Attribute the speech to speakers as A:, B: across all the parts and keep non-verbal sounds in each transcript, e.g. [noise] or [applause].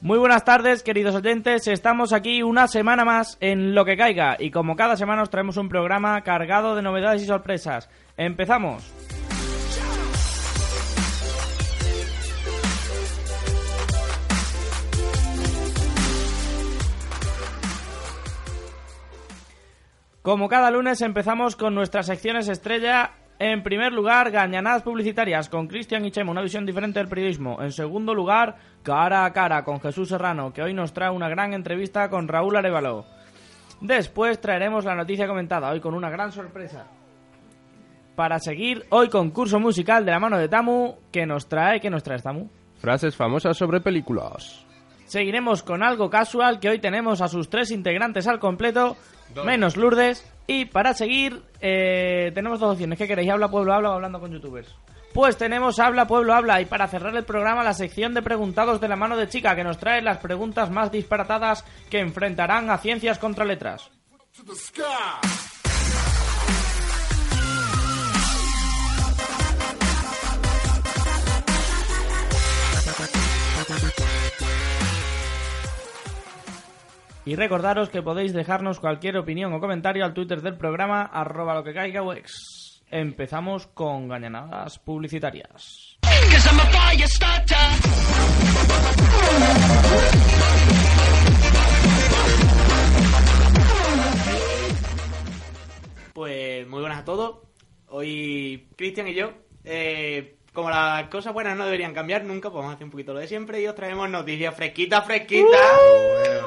A: Muy buenas tardes, queridos oyentes. Estamos aquí una semana más en Lo que caiga y como cada semana os traemos un programa cargado de novedades y sorpresas. ¡Empezamos! Como cada lunes empezamos con nuestras secciones estrella. En primer lugar, Gañanadas Publicitarias con Cristian y Chema, una visión diferente del periodismo. En segundo lugar, Cara a Cara con Jesús Serrano, que hoy nos trae una gran entrevista con Raúl Arevalo. Después traeremos la noticia comentada, hoy con una gran sorpresa. Para seguir, hoy concurso musical de la mano de Tamu, que nos trae, que nos trae Tamu.
B: Frases famosas sobre películas.
A: Seguiremos con algo casual que hoy tenemos a sus tres integrantes al completo, menos Lourdes. Y para seguir, eh, tenemos dos opciones. ¿Qué queréis? ¿Habla Pueblo Habla o hablando con youtubers? Pues tenemos Habla Pueblo Habla. Y para cerrar el programa, la sección de preguntados de la mano de chica que nos trae las preguntas más disparatadas que enfrentarán a ciencias contra letras. Y recordaros que podéis dejarnos cualquier opinión o comentario al Twitter del programa, arroba lo que caiga wex. Empezamos con gañanadas publicitarias.
C: Pues muy buenas a todos. Hoy Cristian y yo, eh, como las cosas buenas no deberían cambiar nunca, pues vamos a hacer un poquito lo de siempre y os traemos noticias fresquitas, fresquitas.
D: ¡Uh!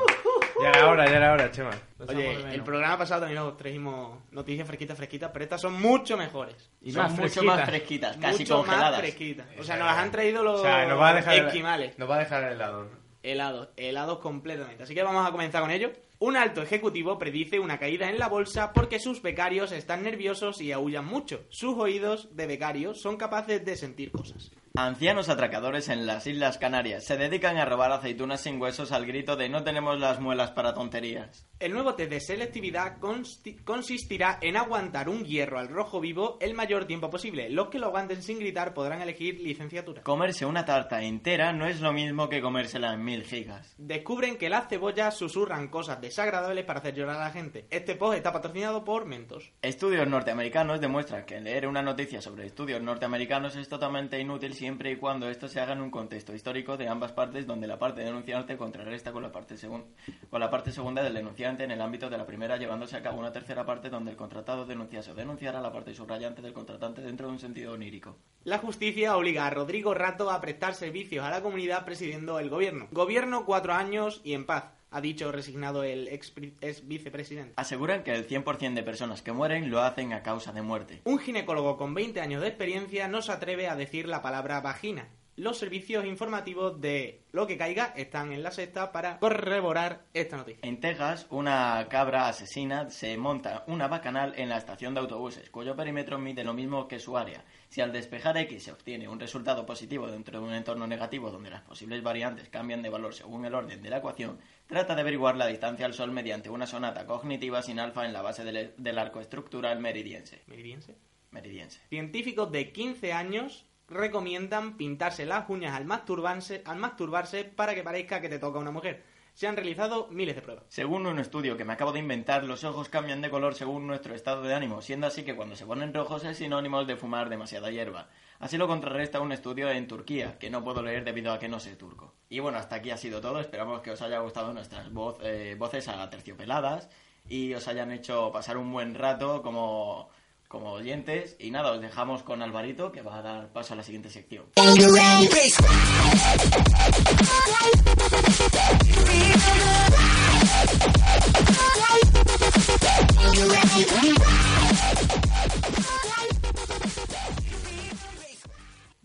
D: Ya era hora, ya era hora, Chema.
C: Oye, el programa pasado también os trajimos noticias fresquitas, fresquitas, pero estas son mucho mejores.
E: Y
A: Son
E: son mucho
A: fresquitas.
E: más fresquitas, casi
C: mucho
E: congeladas.
C: más fresquitas. O sea, nos las han traído
D: O
C: los
D: sea, nos va a dejar...
C: esquimales.
D: Nos va a dejar el helado.
C: Helados, helados completamente. Así que vamos a comenzar con ello. Un alto ejecutivo predice una caída en la bolsa porque sus becarios están nerviosos y aullan mucho. Sus oídos de becarios son capaces de sentir cosas.
E: Ancianos atracadores en las Islas Canarias se dedican a robar aceitunas sin huesos al grito de no tenemos las muelas para tonterías.
C: El nuevo test de selectividad consti- consistirá en aguantar un hierro al rojo vivo el mayor tiempo posible. Los que lo aguanten sin gritar podrán elegir licenciatura.
E: Comerse una tarta entera no es lo mismo que comérsela en mil gigas.
C: Descubren que las cebollas susurran cosas desagradables para hacer llorar a la gente. Este post está patrocinado por Mentos.
E: Estudios norteamericanos demuestran que leer una noticia sobre estudios norteamericanos es totalmente inútil siempre y cuando esto se haga en un contexto histórico de ambas partes donde la parte denunciante contrarresta con la parte, segun- con la parte segunda del denunciante en el ámbito de la primera llevándose a cabo una tercera parte donde el contratado denunciase o denunciara la parte subrayante del contratante dentro de un sentido onírico.
C: La justicia obliga a Rodrigo Rato a prestar servicios a la comunidad presidiendo el gobierno. Gobierno cuatro años y en paz, ha dicho resignado el ex, pri- ex vicepresidente.
E: Aseguran que el 100% de personas que mueren lo hacen a causa de muerte.
C: Un ginecólogo con 20 años de experiencia no se atreve a decir la palabra vagina. Los servicios informativos de Lo que caiga están en la sexta para corroborar esta noticia.
E: En Texas, una cabra asesina se monta una bacanal en la estación de autobuses, cuyo perímetro mide lo mismo que su área. Si al despejar X se obtiene un resultado positivo dentro de un entorno negativo donde las posibles variantes cambian de valor según el orden de la ecuación, trata de averiguar la distancia al Sol mediante una sonata cognitiva sin alfa en la base del, del arco estructural meridiense.
C: Meridiense.
E: meridiense.
C: Científicos de 15 años recomiendan pintarse las uñas al masturbarse, al masturbarse para que parezca que te toca una mujer. Se han realizado miles de pruebas.
E: Según un estudio que me acabo de inventar, los ojos cambian de color según nuestro estado de ánimo, siendo así que cuando se ponen rojos es sinónimo de fumar demasiada hierba. Así lo contrarresta un estudio en Turquía, que no puedo leer debido a que no sé turco. Y bueno, hasta aquí ha sido todo. Esperamos que os haya gustado nuestras voz- eh, voces a terciopeladas y os hayan hecho pasar un buen rato como, como oyentes. Y nada, os dejamos con Alvarito, que va a dar paso a la siguiente sección.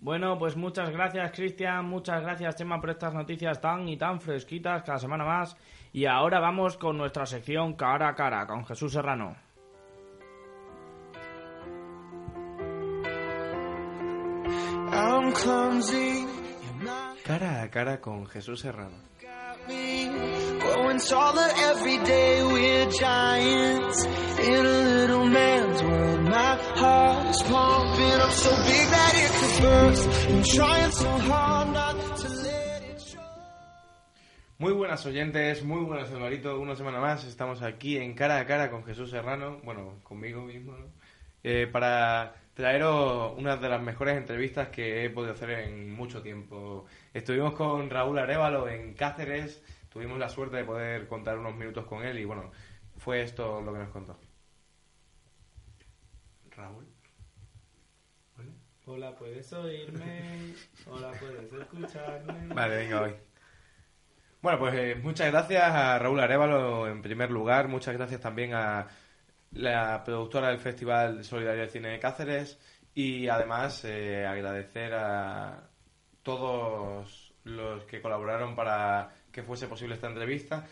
A: Bueno, pues muchas gracias Cristian, muchas gracias Chema por estas noticias tan y tan fresquitas cada semana más. Y ahora vamos con nuestra sección cara a cara con Jesús Serrano.
F: I'm clumsy, you're not
D: Cara a cara con Jesús Serrano.
F: me. Growing taller every day, we're giants. In a little man's world, my heart is pumping. I'm so big that it could burst. I'm trying so hard not to let it show.
D: Muy buenas oyentes, muy buenas Alvarito, una semana más. Estamos aquí en cara a cara con Jesús Serrano, bueno, conmigo mismo, ¿no? Eh, para traeros una de las mejores entrevistas que he podido hacer en mucho tiempo. Estuvimos con Raúl Arevalo en Cáceres, tuvimos la suerte de poder contar unos minutos con él y bueno, fue esto lo que nos contó. Raúl.
C: Hola, puedes oírme. Hola, puedes escucharme.
D: Vale, venga, hoy. Bueno, pues eh, muchas gracias a Raúl Arevalo en primer lugar. Muchas gracias también a la productora del Festival Solidario de Cine de Cáceres. Y además eh, agradecer a todos los que colaboraron para que fuese posible esta entrevista.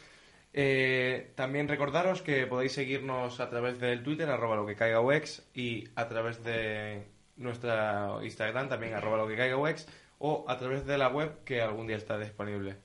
D: Eh, también recordaros que podéis seguirnos a través del Twitter, arroba lo que caiga UX, y a través de nuestra Instagram también, arroba lo que caiga UX, o a través de la web que algún día está disponible.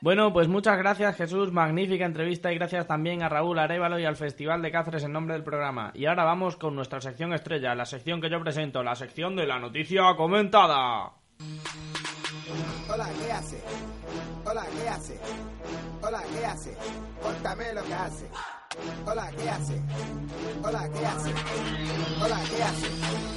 A: Bueno, pues muchas gracias Jesús, magnífica entrevista y gracias también a Raúl Arevalo y al Festival de Cáceres en nombre del programa. Y ahora vamos con nuestra sección estrella, la sección que yo presento, la sección de la noticia comentada.
G: Hola, ¿qué hace? Hola, ¿qué hace? Hola, ¿qué hace? Cuéntame lo que hace. Hola, ¿qué hace? Hola, ¿qué hace? Hola, ¿qué hace?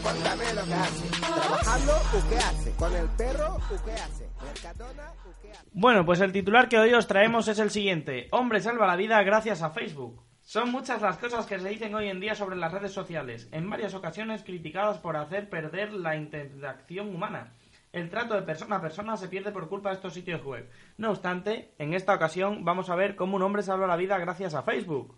G: Cuéntame lo que hace. ¿Trabajando o qué hace? ¿Con el perro o qué hace? ¿Mercadona o qué hace?
A: Bueno, pues el titular que hoy os traemos es el siguiente. Hombre salva la vida gracias a Facebook. Son muchas las cosas que se dicen hoy en día sobre las redes sociales, en varias ocasiones criticadas por hacer perder la interacción humana. El trato de persona a persona se pierde por culpa de estos sitios web. No obstante, en esta ocasión vamos a ver cómo un hombre salva la vida gracias a Facebook.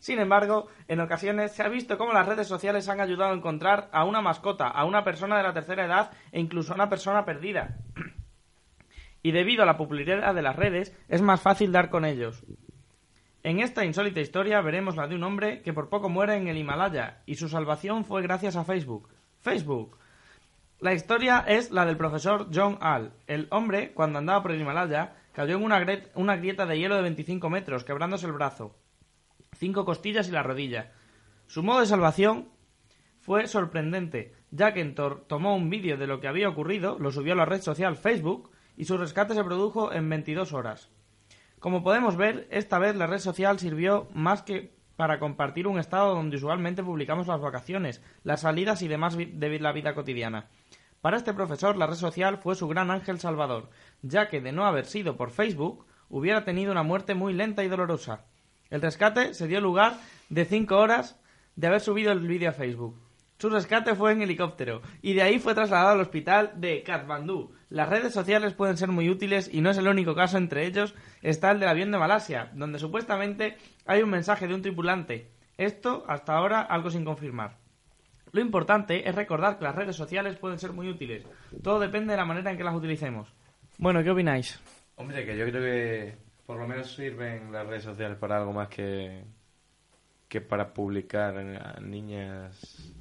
A: Sin embargo, en ocasiones se ha visto cómo las redes sociales han ayudado a encontrar a una mascota, a una persona de la tercera edad e incluso a una persona perdida y debido a la popularidad de las redes es más fácil dar con ellos. En esta insólita historia veremos la de un hombre que por poco muere en el Himalaya y su salvación fue gracias a Facebook. Facebook. La historia es la del profesor John Al. El hombre, cuando andaba por el Himalaya, cayó en una, gre- una grieta de hielo de 25 metros, quebrándose el brazo, cinco costillas y la rodilla. Su modo de salvación fue sorprendente, ya que Entor tomó un vídeo de lo que había ocurrido, lo subió a la red social Facebook y su rescate se produjo en 22 horas. Como podemos ver, esta vez la red social sirvió más que para compartir un estado donde usualmente publicamos las vacaciones, las salidas y demás vi- de la vida cotidiana. Para este profesor, la red social fue su gran ángel salvador, ya que de no haber sido por Facebook, hubiera tenido una muerte muy lenta y dolorosa. El rescate se dio lugar de cinco horas de haber subido el vídeo a Facebook. Su rescate fue en helicóptero y de ahí fue trasladado al hospital de Kathmandú. Las redes sociales pueden ser muy útiles y no es el único caso. Entre ellos está el del avión de Malasia, donde supuestamente hay un mensaje de un tripulante. Esto, hasta ahora, algo sin confirmar. Lo importante es recordar que las redes sociales pueden ser muy útiles. Todo depende de la manera en que las utilicemos. Bueno, ¿qué opináis?
D: Hombre, que yo creo que por lo menos sirven las redes sociales para algo más que, que para publicar a niñas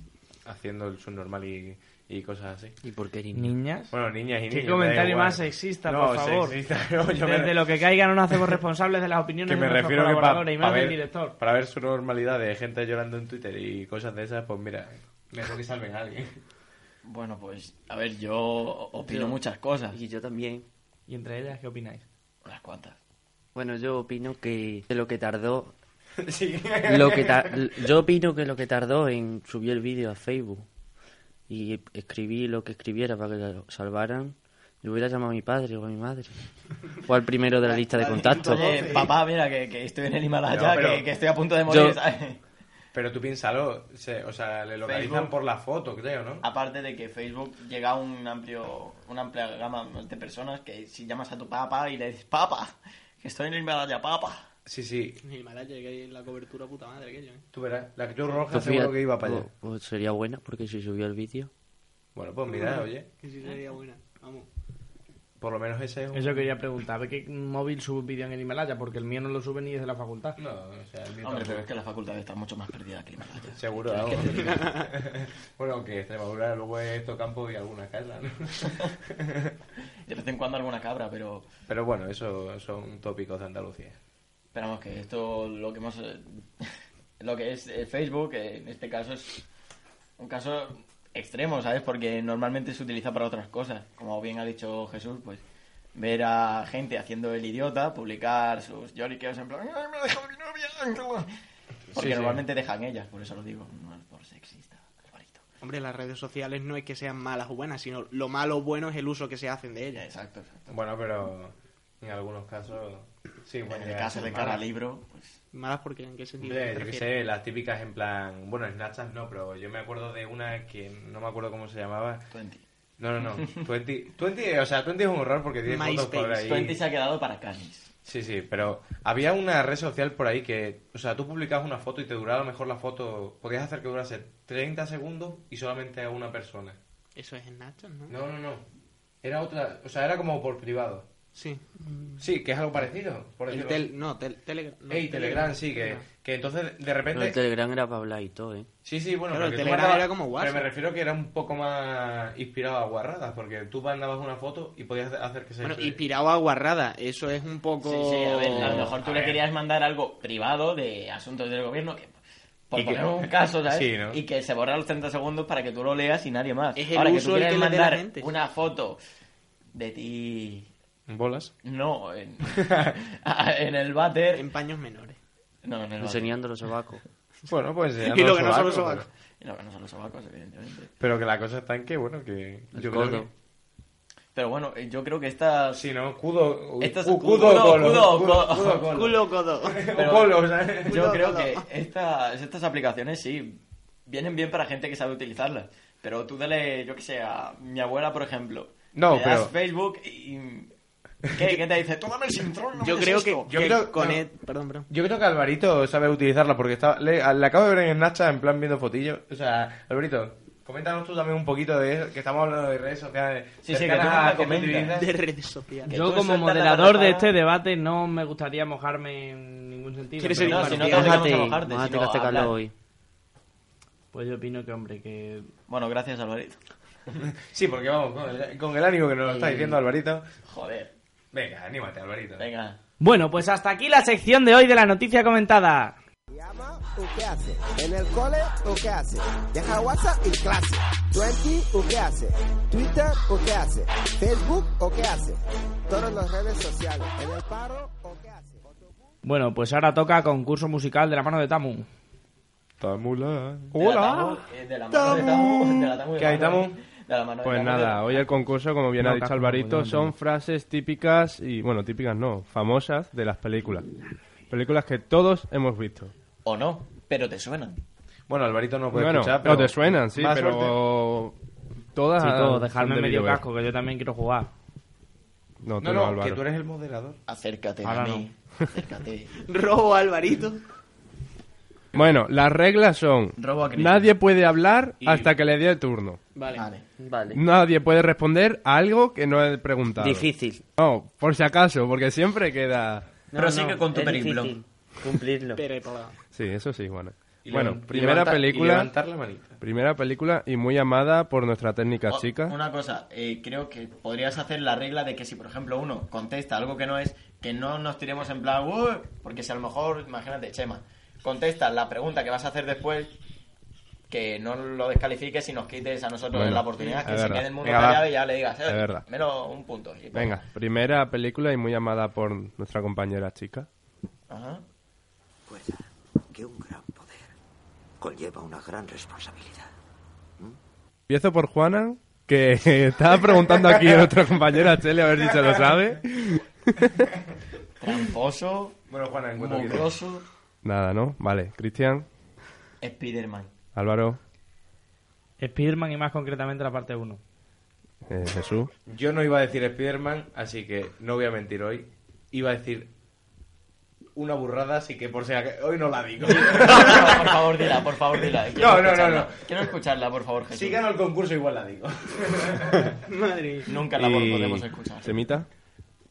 D: haciendo el subnormal y, y cosas así.
H: ¿Y por qué niño?
A: Niñas.
D: Bueno, niñas y
A: Qué
D: niños. da
A: comentario
D: igual.
A: más sexista,
D: No,
A: por favor.
D: sexista, [laughs] no, yo me-
A: Desde lo que caiga no nos hacemos responsables de las opiniones
D: que
A: de
D: me
A: nuestros
D: refiero que pa-
A: colaboradores y
D: pa
A: más del
D: ver-
A: director.
D: para ver su normalidad de gente llorando en Twitter y cosas de esas, pues mira, mejor que salven
A: [laughs]
D: a alguien.
I: Bueno, pues, a ver, yo opino muchas cosas.
H: Y yo también.
A: Y entre ellas, ¿qué opináis?
I: Unas cuantas.
H: Bueno, yo opino que de lo que tardó.
D: [laughs] Sí.
H: Lo que ta- yo opino que lo que tardó en subir el vídeo a Facebook y escribí lo que escribiera para que lo salvaran, yo hubiera llamado a mi padre o a mi madre. O al primero de la lista de contacto.
I: Oye, papá, mira, que, que estoy en el Himalaya,
D: No, pero-
I: que, que estoy a punto de morir,
H: Yo-
I: ¿sabes? [laughs]
D: Pero tú piénsalo, se- o sea, le localizan
I: Facebook.
D: por la foto, creo, ¿no?
E: Ah.
I: Aparte de que Facebook llega a un amplio, una amplia gama de personas que si llamas a tu papá y le dices, papá, que estoy en el Himalaya, papá.
D: Sí, sí,
C: En Himalaya, que hay la cobertura puta madre aquello, ¿eh?
D: tú verás. La Cruz Roja
H: Pues
D: seguro
H: fíjate,
D: que iba para allá.
H: pues- pues sería
D: [laughs]
H: buena porque si subió el vídeo.
D: Bueno, pues mira, oye.
C: Que sí sería buena. Vamos.
D: Por lo menos ese es
A: [laughs]
D: un...
A: Eso quería preguntar. ¿Ve qué móvil sube vídeo en el Himalaya? Porque el mío no lo sube ni desde la facultad.
D: No, o sea, el mío
E: Hombre, pero es
D: tampoco.
E: que la facultad está mucho más perdida que el Himalaya. [laughs]
D: Seguro, vamos. [laughs] bueno, aunque Extremadura luego es Tocampo y alguna casa, ¿no? [laughs]
E: De vez en cuando alguna cabra, pero
D: Pero bueno, eso son tópicos de Andalucía.
E: esperamos que esto, lo que hemos. [laughs] eh, Lo que es eh, Facebook, eh, en este caso es un caso extremo, ¿sabes? Porque normalmente se utiliza para otras cosas. Como bien ha dicho Jesús, pues ver a gente haciendo el idiota, publicar sus lloriqueos en plan. ¡Ay, me ha dejado mi novia! Porque
D: Sí, sí.
E: normalmente dejan ellas, por eso lo digo. No es por sexista, Alvarito.
C: Hombre, las redes sociales no es que sean malas o buenas, sino lo malo o bueno es el uso que se hacen de ellas.
E: Exacto, exacto.
D: Bueno, pero en algunos casos... Sí, bueno,
E: en el
D: ya
E: caso
D: son
E: de cara
D: malas.
E: al libro, pues.
C: ¿Malas porque en qué sentido?
D: Hombre,
C: te
D: yo qué
C: refieres?
D: sé, las típicas en plan... Bueno, Snapchat no, pero yo me acuerdo de una que no me acuerdo cómo se llamaba.
E: 20.
D: No, no,
E: [laughs]
D: no. Twenty, Twenty, o sea, Twenty es un horror porque tiene fotos por
C: MySpace.
D: ahí.
E: 20 se ha quedado para canis.
D: Sí, sí, pero había una red social por ahí que, o sea, tú publicabas una foto y te duraba a lo mejor la foto, podías hacer que durase 30 segundos y solamente a una persona.
C: Eso es en Nacho, ¿no?
D: No, no, no. Era otra, o sea, era como por privado.
C: Sí.
D: Sí, que es algo parecido. Por
C: El
D: decirlo.
C: tel- no, tel- Telegram. no,
D: Ey, Telegram, sí, que, que entonces de repente...
H: Pero el Telegram era para hablar y todo, ¿eh?
D: Sí, sí, bueno, pero
C: Claro, el
D: que tú
C: Telegram era como WhatsApp.
D: Pero me refiero que era un poco más inspirado a guarradas, porque tú mandabas una foto y podías hacer que se...
C: Bueno, inspirado a guarrada. Eso es un poco...
E: Sí, sí, a ver, a lo mejor tú
D: A
E: le
D: ver.
E: querías mandar algo privado de asuntos del gobierno que. Por
D: Y que-
E: poner
D: [laughs]
E: un caso, ¿sabes?
D: Sí, ¿no?
E: Y que se borra a los 30 segundos para que tú lo leas y nadie más.
C: Es el
E: Ahora
C: uso
E: que tú
C: el
E: quieres
C: que le dé la
E: mandar
C: gente.
E: una foto de ti.
D: ¿Bolas?
C: [laughs]
E: No, en,
D: [laughs]
E: [laughs] en el váter.
C: En paños menores.
E: No, en el váter.
H: Enseñando los sobacos.
D: Bueno, pues...
C: Y lo que no son los sobacos.
E: No, no son los sobacos, evidentemente.
D: Pero que la cosa está en que, bueno, que...
H: El
D: yo creo
H: codo.
D: que-
E: Pero bueno, eh, yo creo que estas.
D: Sí, ¿no? Cudo...
E: Esto es-
D: cu-
E: cudo,
D: colo,
E: cudo, co-
D: cudo, colo. [laughs]
C: Culo codo.
D: O polo, [laughs] ¿sabes?
E: Yo
C: Cuidado,
E: creo que
C: cuidado.
E: estas, estas aplicaciones sí vienen bien para gente que sabe utilizarlas. Pero tú dale, yo que sé, a mi abuela, por ejemplo.
D: No,
E: le das
D: pero-
E: Facebook y. ¿Qué, ¿Qué te dice? Tú dame el sintrón, no
C: Yo
E: me des
C: creo que,
E: esto".
D: Yo
C: que
D: creo-
C: con
D: no.
C: Ed- Perdón, perdón.
D: Yo creo que Alvarito sabe utilizarla porque está, le, le acabo de ver en Snapchat en plan viendo fotillos. O sea, Alvarito, coméntanos tú también un poquito de eso, que estamos hablando de redes sociales.
E: Sí, sí, que
D: cercanas
E: tú no la
D: a tú
E: comentas.
D: utilizas.
C: De redes sociales.
E: Que tú
A: Yo, como
E: sueltas la
A: moderador de
E: barrajada.
A: este debate, no me gustaría mojarme en ningún sentido.
C: ¿Quieres
A: pero bueno,
E: No, si
C: ser
E: no te
C: Mojate,
E: obligamos a
H: Mójate,
E: mojarte,
H: mójate
E: sino
H: que hace
E: a
H: calor
E: hablar.
H: hoy.
A: Pues yo opino que, hombre, que
E: Bueno, gracias, Alvarito.
D: Sí, porque vamos, con el, pues, con el ánimo que nos lo está diciendo Alvarito.
E: Joder,
D: Venga, anímate, Alvarito.
E: venga.
A: Bueno, pues hasta aquí la sección de hoy de la noticia comentada.
G: ¿Llama o qué hace? ¿En el cole o qué hace? ¿Deja WhatsApp en clase? ¿20 o qué hace? ¿Twitter o qué hace? ¿Facebook o qué hace? Todas las redes sociales. ¿En el paro o qué hace?
A: Bueno, pues ahora toca concurso musical de la mano de Tamu.
B: Tamula.
E: Hola. eh, De la mano de Tamu. De la Tamu de
D: ¿Qué hay,
E: Manuel.
D: Tamu?
E: De la mano de Tamu
B: Pues
E: de-
B: nada, hoy el concurso, como bien
A: No,
B: ha dicho
A: cajo,
B: Alvarito,
A: no, no, no.
B: son frases típicas y, bueno, típicas no, famosas de las películas. Películas que todos hemos visto.
E: O no, pero te suenan.
D: Bueno, Alvarito no puede
B: Bueno,
D: escuchar, pero...
B: no te suenan, sí,
D: Más suerte.
B: pero...
D: Ah,
B: Todas
A: Chicos,
B: son
A: dejadme
B: de
A: medio
B: videojuego.
A: casco, que yo también quiero jugar.
B: No, tú
D: No,
B: no,
D: no, que
B: Álvaro.
D: tú eres el moderador.
E: Acércate
A: Ahora
E: a mí. Acércate.
C: Robo a Alvarito.
B: Bueno, las reglas son...
E: Robo a Cristo.
B: Nadie puede hablar
D: Y-
B: hasta que le dé el turno.
C: Vale.
E: Vale.
H: [laughs] Vale.
B: Nadie puede responder a algo que no he preguntado.
H: Difícil.
B: No, Oh, por si acaso, porque siempre queda...
E: Pero sigue con tu
H: es
E: periplo.
H: difícil Cumplirlo.
C: Pero, perdón.
B: Sí, eso sí, Juana.
D: Y
B: bueno,
D: levan-
B: primera
D: levanta- Y
B: película...
D: levantar la manita.
B: Primera película y muy amada por nuestra técnica
D: Oh,
E: O-
B: chica.
E: Una cosa, eh, creo que podrías hacer la regla de que si, por ejemplo, uno contesta algo que no es, que no nos tiremos en plan, "Uh", porque si a lo mejor, imagínate, Chema, contesta la pregunta que vas a hacer después, que no lo descalifiques y nos quites a nosotros
B: Bueno,
E: la oportunidad,
B: es
E: que se
B: verdad.
E: quede el mundo
B: Venga, va.
E: callado y ya le digas,
B: Es
E: eh,
B: verdad.
E: menos un punto. y- pues,
B: Venga, primera película y muy amada por nuestra compañera chica.
E: Ajá.
J: Recuerda que un gran poder conlleva una gran responsabilidad.
B: Empiezo por Juana, que [laughs] estaba preguntando aquí a nuestra compañera Chele a ver si se lo sabe.
E: Tramposo,
D: Bueno, Juana, en cuanto quieras.
E: mugroso,
B: Nada, ¿no? Vale, Cristian,
E: Spiderman.
B: Álvaro,
A: Spiderman y más concretamente la parte 1.
B: eh, Jesús.
D: Yo no iba a decir Spider-Man, así que no voy a mentir hoy. Iba a decir una burrada, así que por si aca- hoy no la [laughs] digo.
I: No, por favor, dila, por favor, dila. Quiero
D: No, no, no,
I: escucharla.
D: no.
I: Quiero escucharla, por favor, Jesús.
D: si gano el concurso, igual la digo.
C: Madre mía.
I: Nunca la
B: Y-
I: podemos escuchar.
B: ¿Semita?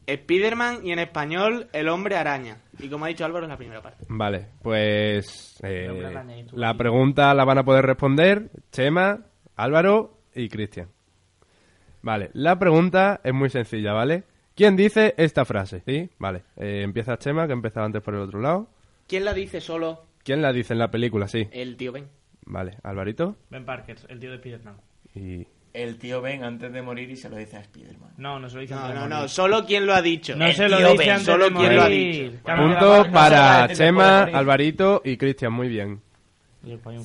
C: Spider-Man y en español El Hombre Araña. Y como ha dicho Álvaro, es la primera parte.
B: Vale, pues... eh,
A: Pero una araña y tú.
B: la pregunta la van a poder responder Chema, Álvaro y Cristian. Vale, la pregunta es muy sencilla, ¿vale? ¿Quién dice esta frase? ¿Sí? Vale, eh, empieza Chema, que empezaba antes por el otro lado.
C: ¿Quién la dice solo?
B: ¿Quién la dice en la película? Sí.
C: El tío Ben.
B: Vale, Alvarito
A: Ben Parker, el tío de Spider-Man.
B: y...
I: El tío Ben antes de morir y se lo dice a Spiderman.
A: No, no se lo dice
C: No,
A: antes de
C: no,
A: morir.
C: no. Solo quien lo ha dicho.
A: No
C: El
A: se lo
C: tío
A: dice
C: Ben,
A: antes
C: Solo
A: de
C: quien lo ha dicho.
A: morir.
B: Punto
I: no
B: para
I: se la-
B: Chema,
I: después de morir.
B: Alvarito y Cristian, muy bien.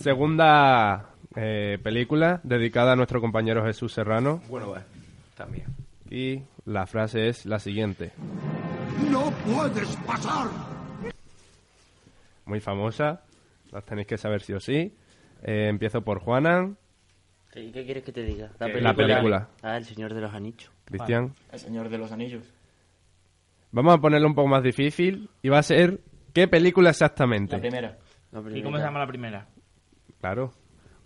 B: Segunda eh, película dedicada a nuestro compañero Jesús Serrano.
D: Bueno, va, también.
B: Y la frase es la siguiente. ¡No puedes pasar! Muy famosa. Las tenéis que saber sí o sí. Eh, empiezo por Juanan,
H: ¿Qué qué quieres que te diga?
D: Eh,
B: la película.
H: Ah, El Señor de los Anillos.
B: Cristian.
I: El señor de los anillos.
B: Vamos a ponerlo un poco más difícil. Y va a ser ¿qué película exactamente?
I: La primera.
H: La
A: ¿Y cómo
H: primera.
A: se llama la primera?
B: Claro.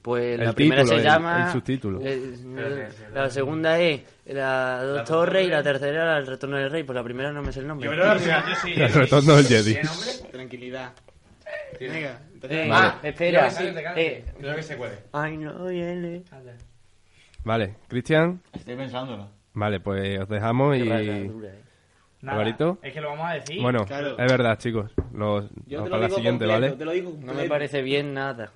H: Pues
B: El
H: la primera
B: título,
H: se
B: el-
H: llama.
B: el subtítulo.
H: eh, la segunda es La Dos Torres y la tercera era El Retorno del Rey. Pues la primera no me sé el nombre.
B: [laughs] El retorno del Jedi.
C: Tranquilidad. Venga, entonces-
H: Eh,
B: Vale.
H: Espera. eh,
D: Creo que se puede.
H: ay, no, viene.
B: Vale, Cristian.
I: Estoy pensándolo.
B: Vale, pues os dejamos
H: Qué rara,
B: y...
H: dura, eh.
A: Nada,
B: Alvarito.
A: Es que lo vamos a decir.
B: Bueno,
C: Claro.
B: es verdad, chicos. Los,
C: Yo
B: vamos
C: te lo
B: para la
C: digo
B: siguiente,
C: completo,
B: ¿vale?
C: te lo digo
H: No me
C: completo.
H: parece bien nada.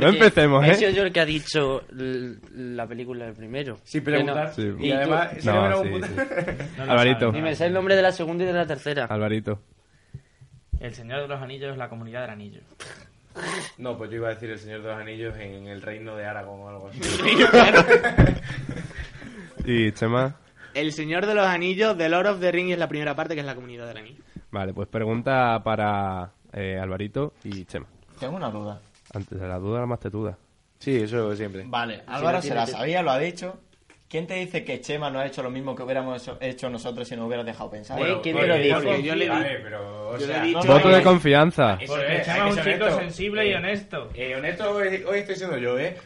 B: No empecemos,
H: He
B: ¿eh?
H: sido yo el que ha dicho l- la película del primero.
D: Sin
H: Que no-
D: preguntar.
B: Sí.
D: Y además,
B: No,
D: se le verá un
B: sí,
D: puto-
B: sí.
A: No lo
B: Alvarito.
A: sabe.
H: Ni me sé el nombre de la segunda y de la tercera.
B: Alvarito.
A: El Señor de los Anillos, la comunidad del anillo.
D: [laughs] No, pues yo iba a decir El Señor de los Anillos en el Reino de Aragón o algo así.
C: [laughs]
B: Y Chema.
C: El Señor de los Anillos, The Lord of the Ring, y es la primera parte que es la comunidad del anillo.
B: Vale, pues pregunta para eh, Alvarito y Chema.
I: Tengo una duda.
B: Antes de la duda, la más tetuda.
D: Sí, eso siempre.
I: Vale, Álvaro se la sabía, lo ha dicho. ¿Quién te dice que Chema no ha hecho lo mismo que hubiéramos hecho nosotros si nos hubieras dejado pensar?
H: Eh, ¿Quién te lo
C: porque
H: dice?
C: yo le di-
D: Vale, pero, o
C: yo le
D: sea,
C: he dicho-
B: Voto
I: vale.
B: de confianza.
D: Eso
A: Porque
D: es,
A: Chema
D: hay que
A: es un
D: ser
A: chico
D: honesto.
A: sensible y honesto.
D: Eh, honesto, hoy, hoy estoy siendo yo, ¿eh?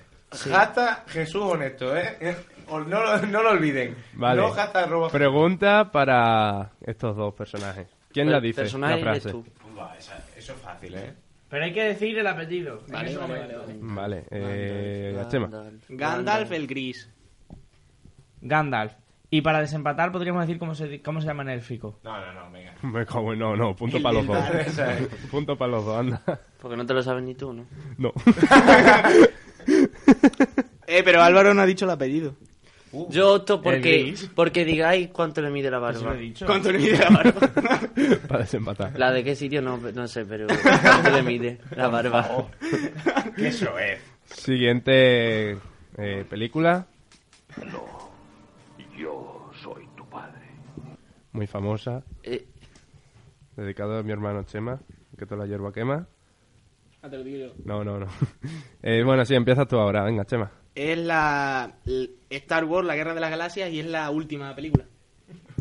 D: Hasta Jesús honesto, ¿eh? O No lo, no lo olviden.
B: Vale.
D: No hasta arroba...
B: Pregunta para estos dos personajes. ¿Quién
H: El
B: la dice?
H: personaje
B: La
H: eres
B: frase.
H: tú.
D: Buah, esa- eso es fácil, ¿eh?
A: Pero hay que decir el apellido.
C: Vale, vale, vale, vale.
B: Vale, eh, Chema.
H: Gandalf.
C: Gandalf el Gris.
A: Gandalf. Y para desempatar podríamos decir cómo se, di- cómo se llama en élfico.
D: No, no, no, venga.
B: [laughs] Me cago en- No, no, punto
C: El
B: para los
C: del
B: dos.
C: bar,
D: esa es.
B: [laughs] Punto para los dos, anda.
H: Porque no te lo sabes ni tú, ¿no?
B: No. [laughs]
C: Eh, pero Álvaro no ha dicho el apellido.
H: Yo opto
A: El
H: porque,
A: gris.
H: porque digáis cuánto le mide la
A: Eso lo
H: barba.
A: he dicho.
C: ¿Cuánto le mide la barba?
B: para desempatar.
H: La de qué sitio no, no sé,
B: [laughs]
H: pero cuánto le mide la barba.
D: ¿Qué eso es?
B: Siguiente eh, película.
J: Yo soy tu padre.
B: Muy famosa.
H: Eh,
B: Dedicado a mi hermano Chema. Que toda la hierba quema.
C: [laughs] Ah, te lo digo yo.
B: No, no, [laughs] no. Eh, bueno, sí, empiezas tú ahora. Venga, Chema.
C: Es la l- Star Wars, la Guerra de las Galaxias, y es la última película.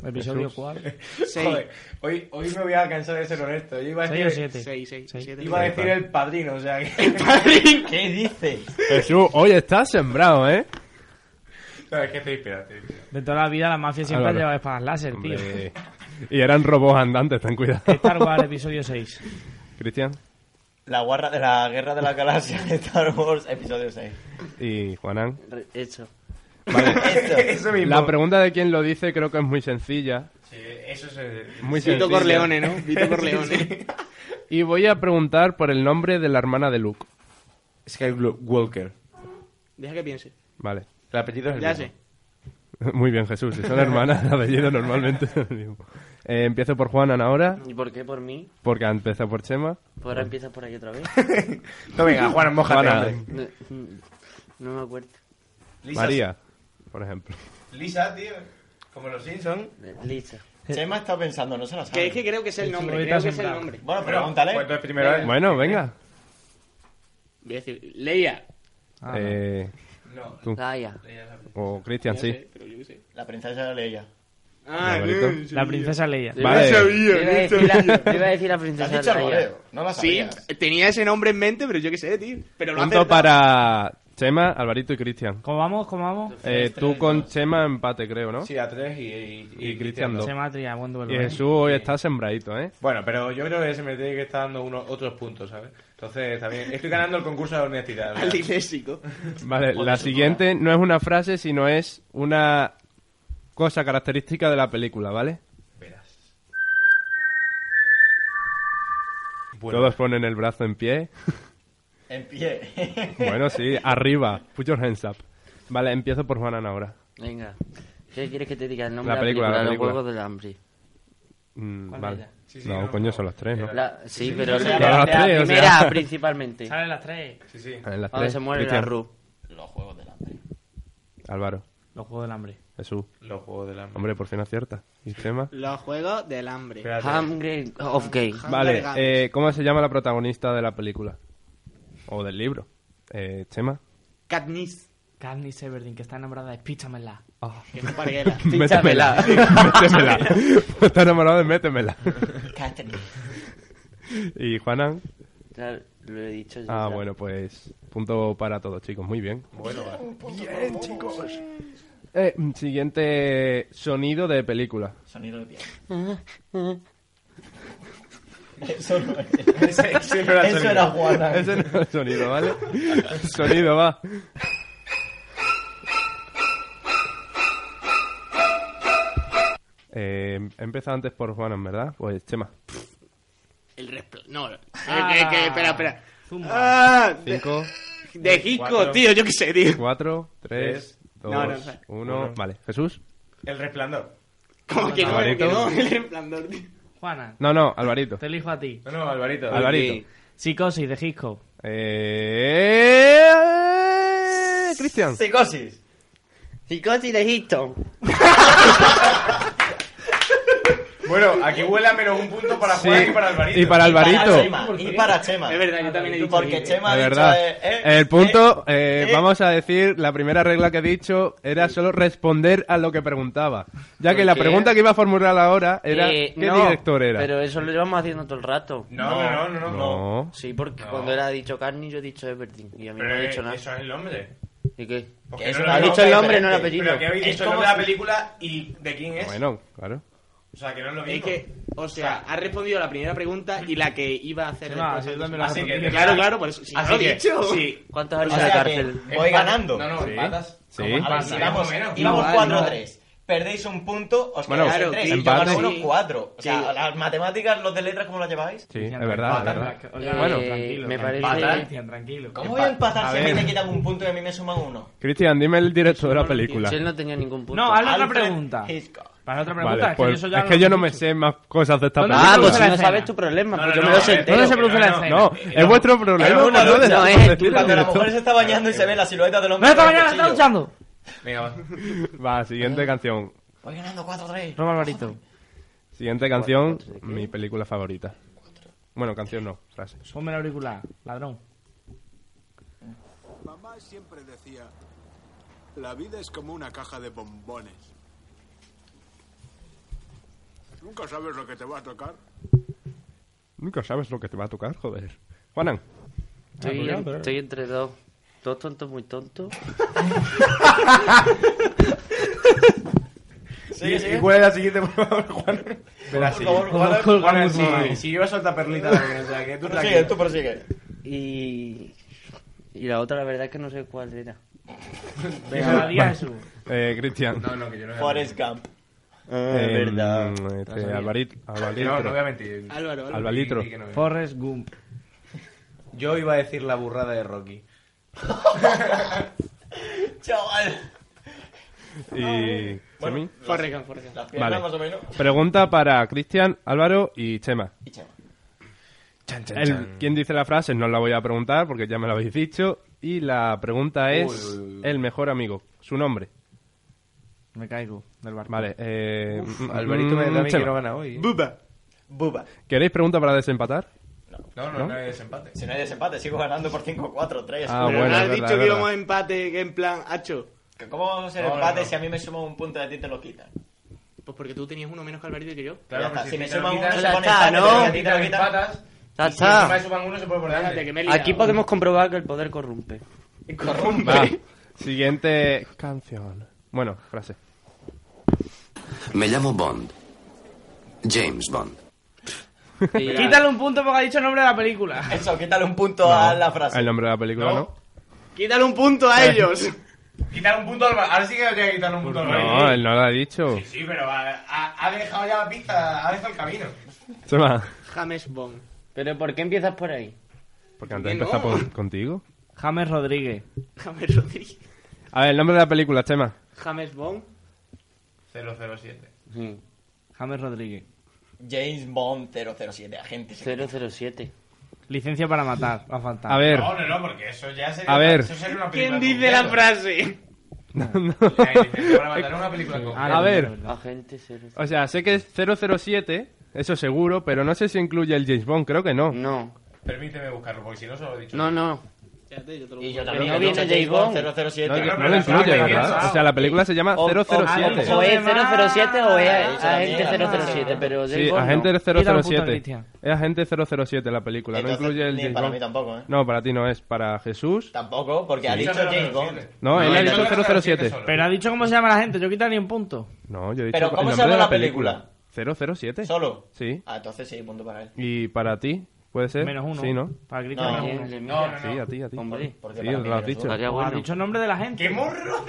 A: ¿Episodio
D: [laughs]
A: cuál?
C: Seis.
D: Joder, hoy, hoy me voy a cansar de ser honesto. Yo iba a
A: ¿Seis o
D: decir,
A: siete?
C: Seis, seis,
A: Seis.
C: siete.
D: iba a decir el padrino, o sea que...
C: [laughs]
I: ¿Qué dices?
B: Jesús, hoy estás sembrado, ¿eh?
D: No, es que estoy inspirado, estoy inspirado.
A: De toda la vida la mafia siempre ha
B: Álvaro.
A: llevado espadas láser, tío.
B: Hombre. Y eran robots andantes, ten cuidado.
A: Star Wars episodio
D: [laughs]
A: 6.
B: Cristian
I: La, guarra de la guerra de la galaxia de Star Wars, episodio 6.
B: y Juanán.
H: re- hecho.
I: Esto.
D: [laughs] Eso mismo.
B: La pregunta de quién lo dice creo que es muy sencilla.
D: Sí, eso es... el-
B: Muy
C: Vito
B: sencilla.
C: Corleone, ¿no? Vito Corleone.
B: Y voy a preguntar por el nombre de la hermana de Luke.
D: Skywalker.
C: [laughs] Deja que piense.
B: Vale.
D: El apellido es el
C: Ya
D: mismo.
C: sé.
B: [laughs] Muy bien, Jesús. Si son hermanas, el apellido normalmente [laughs] es el mismo. Eh, empiezo por Juanan ahora,
H: ¿Y por qué por mí?
B: porque empieza por Chema.
H: Pues ahora empiezas por aquí otra
B: [laughs]
H: vez.
D: No, venga, Juan, mojate,
B: Juana,
D: hombre.
H: No, mm, no me acuerdo.
D: Lisa-
B: María, por ejemplo.
D: Lisa, tío. Como los Simpsons.
H: Listo.
I: Chema está pensando, no se la
C: Que
I: sabe.
C: es que creo que es el nombre.
A: Ahorita
C: Creo que es el
A: sembrado.
C: nombre.
I: Bueno,
D: Pues
I: pregúntale.
D: entonces primero él.
B: Bueno, venga.
C: Voy a decir, Leia.
A: Ah, no.
B: Eh,
D: No.
B: tú.
H: Laia.
B: O Cristian,
C: Ya
B: sí.
C: sé, pero yo qué sé.
I: La princesa Leia.
C: Ah,
B: Barbarito.
C: no, yo
A: La
C: sabía.
A: princesa Leia.
B: Va- Vale.
C: No sabía,
H: Yo iba a
C: no
H: decir la,
C: sabía.
H: yo iba a decir la
E: Te has
H: princesa
E: dicho el
H: Leia.
E: voleo, no la
C: Sí,
E: sabías.
C: tenía ese nombre en mente, pero yo qué sé, tío. Pero lo
B: Punto
C: acertado.
B: para Chema, Alvarito y Cristian.
A: ¿Cómo vamos? ¿Cómo vamos?
B: Eh, tú con Chema empate, creo, ¿no?
D: Sí, a tres y, y,
B: Y Cristian dos.
A: Se matría, buen duelo.
B: Y
A: ¿eh?
B: Jesús hoy está sembradito, ¿eh?
D: Bueno, pero yo creo que se me tiene que estar dando unos, otros puntos, ¿sabes? Entonces, también estoy ganando el concurso de honestidad. ¿verdad?
C: Al disléxico.
B: Vale, la siguiente no es una frase, sino es una cosa característica de la película, ¿vale?
D: Bueno,
B: Todos ponen el brazo en pie.
E: En
D: [laughs]
E: pie.
B: Bueno, sí, arriba. Put your hands up. Vale, empiezo por Juanan ahora.
H: Venga. ¿Qué quieres que te diga el nombre de
B: La
H: la
B: película,
H: película?
B: la película.
H: Los Juegos del Hambre.
B: Mm,
A: ¿Cuál
B: vale.
A: era?
D: Sí, sí,
B: no,
D: no,
B: coño,
D: no.
B: son las tres, ¿no?
H: La- sí, pero
B: sí,
H: la,
B: pero
H: la
B: las tres, o
H: primera
B: sea.
H: principalmente.
A: Salen las tres.
D: sí, sí.
B: En las
H: Donde
B: tres.
H: se muere
B: Cristian,
H: la Ru.
E: Los juegos del hambre.
B: Álvaro,
A: Los Juegos del Hambre.
B: Jesús.
D: Los juegos del hambre.
B: Hombre, por fin acierta. ¿Y Chema?
C: Los juegos del hambre.
D: Espérate.
H: Hambre of Gay.
B: Vale,
C: Games.
B: eh, ¿cómo se llama la protagonista de la película? O del libro. Eh, Chema.
C: Katniss.
A: Katniss Everdeen, que está enamorada de Píchamela.
C: Que no parguela.
B: Métemela. Métemela. [laughs] Está enamorado de métemela. ¿Y Juanan?
H: Ya lo he dicho. ya
B: Ah,
H: está.
B: bueno, pues punto para todos, chicos. Muy bien.
D: Bueno, vale.
B: Bien, chicos. siguiente sonido de película.
E: Sonido de pie.
B: [laughs]
D: Ese- siempre era el
E: Eso
D: sonido.
E: era Juana.
B: Ese no es el sonido, ¿vale? El sonido, va. Eh, he empezado antes por Juanan, ¿verdad? Pues Chema.
C: El respl... No. eh,
A: Ah.
C: que- que- espera, espera.
A: Zumba.
C: Ah, de,
B: 5,
C: [laughs] de Hitchcock,
D: Cuatro.
C: tío, yo qué sé, tío.
B: 4, 3,
C: No, no,
B: 2, 1. Vale, Jesús.
D: El resplandor.
C: Como que no,
B: Alvarito.
C: que no, [laughs] el resplandor, tío.
A: Juana,
B: No, no, Alvarito.
A: te elijo a ti.
D: No, no, Alvarito.
B: Alvarito.
A: Psicosis de Hitchcock.
B: Eh... Cristian.
E: Psicosis.
H: Psicosis de Houston.
D: Bueno, aquí huele a menos un punto para Juan y para Alvarito.
B: Y para
E: Y para
B: Alvarito.
E: Chema. Y para Chema.
C: Es verdad, yo también he dicho.
E: Porque
C: que-
E: Chema ha
B: De
E: dicho,
B: verdad.
E: eh, eh,
B: el punto, eh,
E: eh.
B: vamos a decir, la primera regla que he dicho era solo responder a lo que preguntaba. Ya que la
H: qué?
B: pregunta que iba a formular ahora era
H: Eh,
B: ¿qué
H: no,
B: director era?
H: Pero eso lo llevamos haciendo todo el rato.
D: No, no, no, no. no.
B: No.
H: Sí, porque
D: No.
H: cuando él ha dicho Carney, yo he dicho Everdeen. Y a mí
D: Pero eh,
H: no he dicho nada.
D: eso es el nombre.
H: ¿Y qué?
D: Porque
E: Que eso
D: no
E: no
D: lo
E: ha
D: digo.
E: dicho el nombre,
H: no la
D: Pero que habéis
E: Es
D: dicho el
E: como
D: nombre de la
E: si-
D: película y de quién es.
B: Bueno, claro.
D: O sea, que no es lo mismo.
C: Es que, o sea, ha respondido la primera pregunta y la que iba a
B: Ah,
C: hacer
A: Sí, va,
C: después.
A: sí, dámelo.
D: Así que,
C: Claro, claro, por eso. Si no
E: Así
C: lo he
E: que,
C: dicho. Pues
D: Sí.
H: ¿Cuántos
E: O
H: años en la
E: sea que
H: cárcel?
E: voy ganando.
D: No, no,
B: Sí.
D: empatas.
B: Sí.
E: A ver,
D: Pasa,
E: si vamos,
D: más o menos.
E: íbamos
C: Igual,
E: 4-3. Perdéis un punto, os
B: Bueno,
E: quedáis
B: claro,
E: en tres.
B: sí.
E: Yo gano
B: empate.
E: unos cuatro. O sea,
C: Sí.
E: las matemáticas, los de letras, ¿cómo las lleváis?
B: Sí, es
A: Cristian,
B: verdad, es
A: tranquilo,
B: verdad.
A: tranquilo,
H: Bueno,
A: tranquilo, tranquilo,
H: Eh, me parece-
A: tranquilo, Cristian, tranquilo.
E: ¿Cómo voy a empatar
B: A
E: si a mí
B: ver.
E: me quitan un punto y a mí me suman uno?
B: Cristian, dime el director de la película.
H: Si él no tenía ningún punto.
A: No, hazle otra
E: Alfred Eh,
A: pregunta.
E: Hitchcock.
A: Para otra pregunta,
B: Vale,
A: es que
B: pues,
A: yo eso ya
B: es
A: lo
B: que yo no
A: he
B: me
A: dicho.
B: sé más cosas de esta
A: No, no,
B: película.
H: ah,
A: no,
H: pues si
A: la
H: no
A: escena.
H: sabes tu problema,
D: No,
H: pues
D: no,
H: yo me
D: no,
H: lo sé
D: a ver,
H: entero.
A: ¿Dónde se produce la
D: no,
A: escena?
B: No, es vuestro problema.
E: una
B: No,
E: duda,
B: de-
H: no, es
B: decir
H: el tuyo.
B: el
E: Cuando la
B: director.
E: mujer se está bañando y se ve la silueta del
A: ¡No,
E: hombre.
A: esta
E: con el
A: mañana está
E: cuchillo.
A: luchando!
D: Venga, va.
B: Va, siguiente canción.
E: Voy ganando 4-3.
A: Roba Alvarito.
B: Siguiente canción, mi película favorita. Bueno, canción no, frase.
A: Ponme el auricular, ladrón.
K: Mamá siempre decía, la vida es como una caja de bombones. Nunca sabes lo que te va a tocar.
B: Nunca sabes lo que te va a tocar, joder. Juanan.
H: Estoy, estoy entre dos. Dos tontos muy tontos.
D: ¿Y- ¿Y cuál es la siguiente, [laughs] por favor, Juan? Verás, sí.
E: favor, Juan,
D: Juan,
A: Juan,
D: Juan,
A: Juan.
D: si- si yo suelta perlita, o sea, que tú
E: Prosigue,
D: tranquilo.
E: tú prosigue.
H: Y. Y la otra, la verdad es que no sé cuál era.
A: Venga, la diga Jesús.
B: Eh, Cristian.
D: No, no, que yo no voy a
E: Forrest Gump.
B: Eh, mm, este, Alvarit-
D: mentir. No, no voy a
B: Albalitro.
D: mentir.
C: Álvaro, Álvaro.
B: Albalitro.
D: Di que no voy a-
A: Forrest Gump.
D: Yo iba a decir la burrada de Rocky.
E: Chaval.
B: Y.
D: eh,
B: Chemi.
C: Forrest Gump, Forrest Gump.
E: Las piernas
B: Vale.
E: más o menos.
B: Pregunta para Cristian, Álvaro y Chema.
E: Y Chema.
B: El- ¿Quién dice la frase? No la voy a preguntar porque ya me la habéis dicho. Y la pregunta es:
D: Uy, uy, uy.
B: el mejor amigo. Su nombre.
A: Me caigo del barco.
B: Vale. Eh, mm,
D: Alvarito me
B: mm,
D: da a mí que
B: Chema.
D: no gana hoy. ¿eh?
C: Buba.
E: Buba.
B: ¿Queréis pregunta para desempatar?
D: No, no, no hay desempate.
E: Si no hay desempate, sigo ganando por 5, 4, 3.
B: Ah, bueno,
C: Pero no
B: es
C: has
B: verdad,
C: dicho
B: es
C: que
B: verdad.
C: íbamos a empate, que en plan, hacho.
E: ¿Cómo vamos a ser
D: No, no,
E: empate
D: no.
E: si a mí me suman un punto y a ti te lo quitan?
C: Pues porque tú tenías uno menos que Alvarito y que yo.
D: Claro,
C: Ya
D: pero
C: está,
D: si
C: si me
D: te lo
C: suman uno,
D: quitas,
C: se
D: ya
C: pone
D: está,
C: empate,
D: ¿no?
C: pero si a ti te lo
D: Ya
C: quitas-
D: empatas,
H: Ya
D: y si
H: está.
D: encima le suman uno, se pone por delante.
C: Fíjate que me he liado.
H: Aquí podemos comprobar que el poder corrompe.
C: Corrompe.
B: Va. Siguiente canción. Bueno, frase.
J: Me llamo Bond. James Bond.
I: Y-
A: Quítale un punto porque ha dicho el nombre de la película.
E: Eso, quítale un punto a la frase.
B: El nombre de la película, ¿no?
D: No.
C: Quítale un punto a ellos. [laughs]
D: Quitar un punto al Ahora sí que habría que quitarle un punto
B: No,
D: al
B: él no lo ha dicho.
D: Sí, pero ha, ha- ha dejado ya la pista, ha dejado el camino.
B: Chema.
C: James Bond.
H: ¿Pero por qué empiezas por ahí?
B: Porque antes
C: Que no.
B: empezaba por- contigo.
A: James Rodríguez.
C: James Rodríguez.
B: A ver, el nombre de la película, Chema.
C: James Bond.
D: 007.
H: Sí.
A: James Rodríguez.
E: James Bond 007, agente. secreto.
H: 007.
A: Licencia para matar, va a faltar.
B: A ver. [laughs]
D: No, no, no, porque eso ya sería,
B: A ver.
D: Eso sería una película
C: ¿Quién dice la
D: completa.
C: frase?
D: La licencia Para matar una película completa.
A: Ah,
B: A ver.
A: verdad, verdad.
H: Agente 007.
B: O sea, sé que es 007, eso seguro, pero no sé si incluye el James Bond, creo que no.
H: No.
D: Permíteme buscarlo, porque si no se lo he dicho.
H: No, no.
C: Espérate, yo te lo
E: Y
C: busco.
E: yo también.
H: no viene James Bond.
E: 007.
B: No,
D: pero
B: no
D: la
B: lo incluye,
D: estaba
B: ¿verdad?
D: pensando.
B: O sea, la película se llama
E: O- o-
H: O,
B: 007.
H: es 007 o es
E: Ah,
H: Agente
E: ah,
H: 007, pero James
B: Sí,
H: Bond no.
B: agente
A: Quita la puta
B: 007.
A: Cristian.
B: Es agente 007 la película, no
E: Entonces,
B: incluye el
E: ni
B: James
E: para
B: Bond.
E: mí tampoco, ¿eh?
B: No, para ti no es, para Jesús.
E: Tampoco, porque ha dicho James Bond.
B: No, él
D: No,
B: ha
D: él
B: dicho
D: dijo
B: 007.
D: 007.
A: Pero ha dicho cómo se llama la gente, yo quitaría un punto.
B: No, yo he dicho
E: Pero,
B: el
E: ¿cómo se llama
B: nombre de
E: la película?
B: 007.
E: ¿Solo?
B: Sí.
E: Ah, entonces sí, punto para él.
B: ¿Y para ti? ¿Puede ser?
A: Menos uno.
B: Sí, ¿no?
A: Para Cristian,
E: No.
A: menos uno.
H: Bien,
D: No,
H: mira.
D: no, no.
B: Sí, a ti, a ti.
H: Hombre,
E: porque
B: sí,
E: para mí
B: lo has
E: eres
B: dicho.
E: uno.
H: estaría
A: O ha
H: bueno.
A: dicho el nombre de la gente.
D: ¡Qué morro!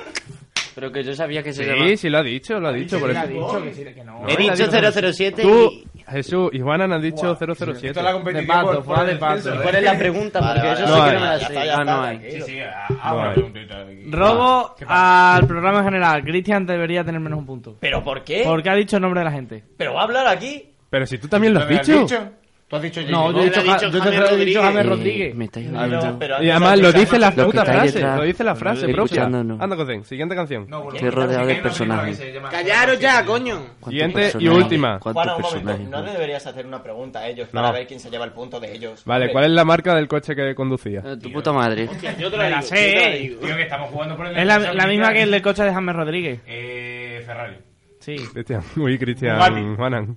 H: Pero que yo sabía que se
B: Sí,
H: llamaba-
B: sí, lo ha dicho, lo ha dicho. Por
D: sí, lo
B: eso.
D: ha dicho.
A: Dicho que sí, que no.
H: He dicho 007
B: Tú,
H: y...
B: Jesús y Juanan han dicho 007.
D: Esto es la competición
A: pato,
D: por- por
A: fuera de
D: el
A: pato.
D: descenso, ¿eh?
H: ¿Cuál es la pregunta?
E: Vale,
H: Porque
E: vale,
H: yo sé
B: vale,
H: que no
B: vale,
H: me la
E: ya
H: sé.
E: está, ya
H: Ah, no
E: está,
H: hay.
E: tranquilo.
D: Sí, sí, ah,
B: No,
D: ahora
B: eh.
D: preguntita aquí.
A: Robo al programa en general. Cristian debería tener menos un punto.
E: ¿Pero por qué?
A: Porque ha dicho el nombre de la gente.
E: ¿Pero va a hablar aquí?
B: Pero si tú también lo has
D: ¿Lo has
B: dicho.
D: dicho? ¿Tú has dicho
A: No, yo
D: James
A: he
D: Bond?
A: dicho,
C: Le ha dicho
A: Ja- yo te
C: James
A: he dicho James
H: Eh,
A: Rodríguez.
H: Me estáis
E: No,
H: jodiendo.
E: pero
B: Y
E: antes
B: además
E: de
B: lo
E: escuchar
B: dice la
E: más-
H: Lo que
B: puta
H: está ahí
B: frase.
H: detrás.
B: Lo dice la frase
H: Estoy
B: propia.
H: escuchando, no.
B: Anda, Cocen, siguiente canción.
D: No, boludo.
H: Estoy rodeado de
D: Hay una película
H: personajes.
D: que se llama
C: Callaros ya, coño.
B: Siguiente y
H: personajes?
B: última.
H: ¿Cuántos
E: Juana, un momento.
H: personajes?
E: No le deberías hacer una pregunta a ellos para
B: No.
E: ver quién se lleva el punto de ellos.
B: Vale,
E: Hombre,
B: ¿cuál es la marca del coche que conducía?
H: Eh, Tu puta madre.
C: Yo te
A: Me
C: la
A: la
C: digo,
A: sé,
C: yo te la
A: eh.
C: digo.
D: Tío, que estamos jugando por el
A: Es la,
D: defensor
A: la misma
D: Cristian.
A: que el del coche de James Rodríguez.
D: Eh, Ferrari.
A: Sí.
B: Cristian, uy, Cristian,
D: Bugatti.
B: Juanan.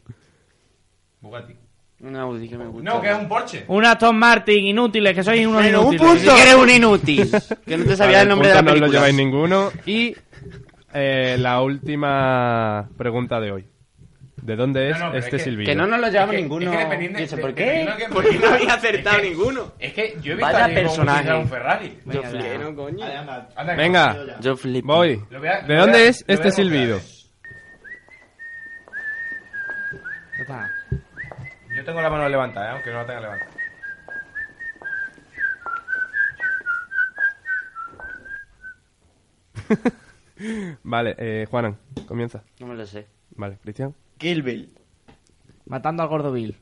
D: Bugatti.
H: Un Audi que me gusta.
D: No, que es un Porsche.
A: Un Aston Martin, inútiles, que sois unos
H: Menos un
A: inútiles.
H: punto. Que eres un inútil. Que no te sabía
B: Vale,
H: el nombre de la
B: punto No os lo
H: película.
B: lleváis ninguno. Y eh, la última pregunta de hoy. ¿De dónde es
D: No, no, pero
B: este
D: es que-
B: silbido?
H: Que no nos lo llevamos
D: Es que-
H: ninguno.
D: es que dependiendo-
H: Dice,
D: de-
H: ¿por
D: dependiendo
H: qué?
D: de qué
C: Porque no había
D: película.
C: acertado
D: Es que-
C: ninguno.
D: Es que yo he visto
H: Vaya
D: a James Bond
H: personaje.
D: utilizar un Ferrari.
A: Yo
H: Yo
A: flipo.
C: Que no, coño.
D: Anda,
B: Venga,
H: Yo flipo.
B: voy.
D: Lo voy a-
B: ¿De
D: lo voy
B: dónde
D: a-
B: es
D: lo
B: este
D: voy a mostrar.
B: silbido?
A: Ya está.
D: Yo tengo la mano levantada, ¿eh? aunque no la tenga levantada.
B: Vale, eh, Juanan, comienza.
H: No me lo sé.
B: Vale, Cristian.
E: Kill Bill.
A: Matando al gordo Bill.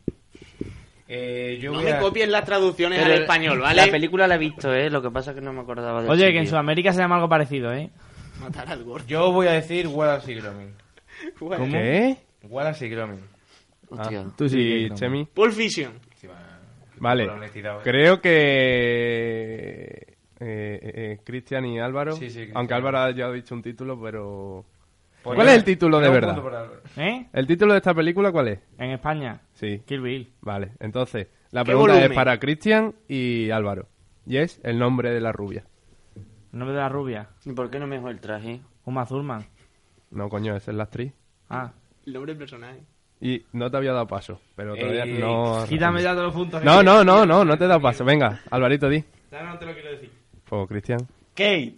D: Eh, yo
C: No
D: voy
C: me
D: a-
C: copies las traducciones
H: Pero
C: al español,
H: La
C: ¿vale?
H: película la he visto, eh. Lo que pasa es que no me acordaba de
A: Oye, que en Sudamérica se llama algo parecido, ¿eh?
C: Matar al [laughs] gordo.
D: Yo voy a decir Wallace y Gromit.
C: Bueno.
B: ¿Qué?
D: Wallace y Gromit.
H: Hostia.
B: Ah, Tú sí, Chemi.
C: Pulp Fiction.
B: Vale,
D: Por la honestidad, ¿eh?
B: creo que... eh, eh, eh, Cristian y Álvaro.
D: Sí, sí, Cristian.
B: Aunque Álvaro ya ha dicho un título, pero...
D: Pues
B: ¿Cuál
D: yo-
B: es el título de
D: yo un
B: verdad?
D: punto para Álvaro.
A: ¿Eh?
B: ¿El título de esta película cuál es?
A: En España.
B: Sí.
A: Kill Bill.
B: Vale, entonces, la
C: ¿Qué
B: pregunta
C: volumen?
B: es para Cristian y Álvaro. Y es el nombre de la rubia.
A: El nombre de la rubia.
H: ¿Y por qué no mejor el traje?
A: Uma Thurman.
B: No, coño, esa es la actriz.
A: Ah.
C: El nombre del personaje.
B: Y no te había dado paso, pero todavía
D: Ey,
B: no...
A: Quítame ya todos los puntos. eh.
B: No, no, no, no, no te he dado paso. Venga, Alvarito, di.
A: Ya no te lo quiero decir.
B: O Cristian.
E: Kate.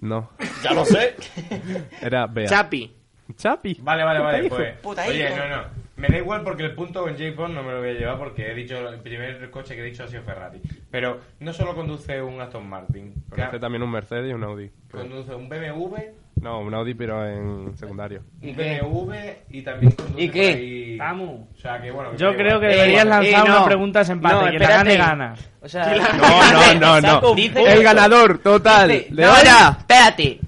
B: No,
E: Ya lo sé.
B: [laughs] era Bea.
C: Chapi.
B: Chapi.
D: Vale, vale, vale.
B: hijo
D: Pues,
E: puta,
D: oye,
E: hijo.
D: no, no. Me da igual porque el punto con J. Bond no me lo voy a llevar porque he dicho el primer coche que he dicho ha sido Ferrari. Pero no solo conduce un Aston Martin,
B: Pero hace este también pues. un Mercedes y un Audi.
D: conduce un BMW,
B: No, un Audi, pero en secundario.
D: un BMW y también conduce
H: ¿Y qué?
D: por ahí-
A: Tamu.
D: O sea, que bueno. que
A: Yo
D: me da
A: creo que
D: igual.
A: deberías
H: eh,
A: lanzar
H: no.
A: una pregunta de empate.
H: No,
A: que la gane
H: espérate.
A: gana.
H: O sea,
B: No, no, no, no.
H: Dice-
B: El ganador total
H: Dice-
B: de
H: no,
B: hoy-
H: no, espérate.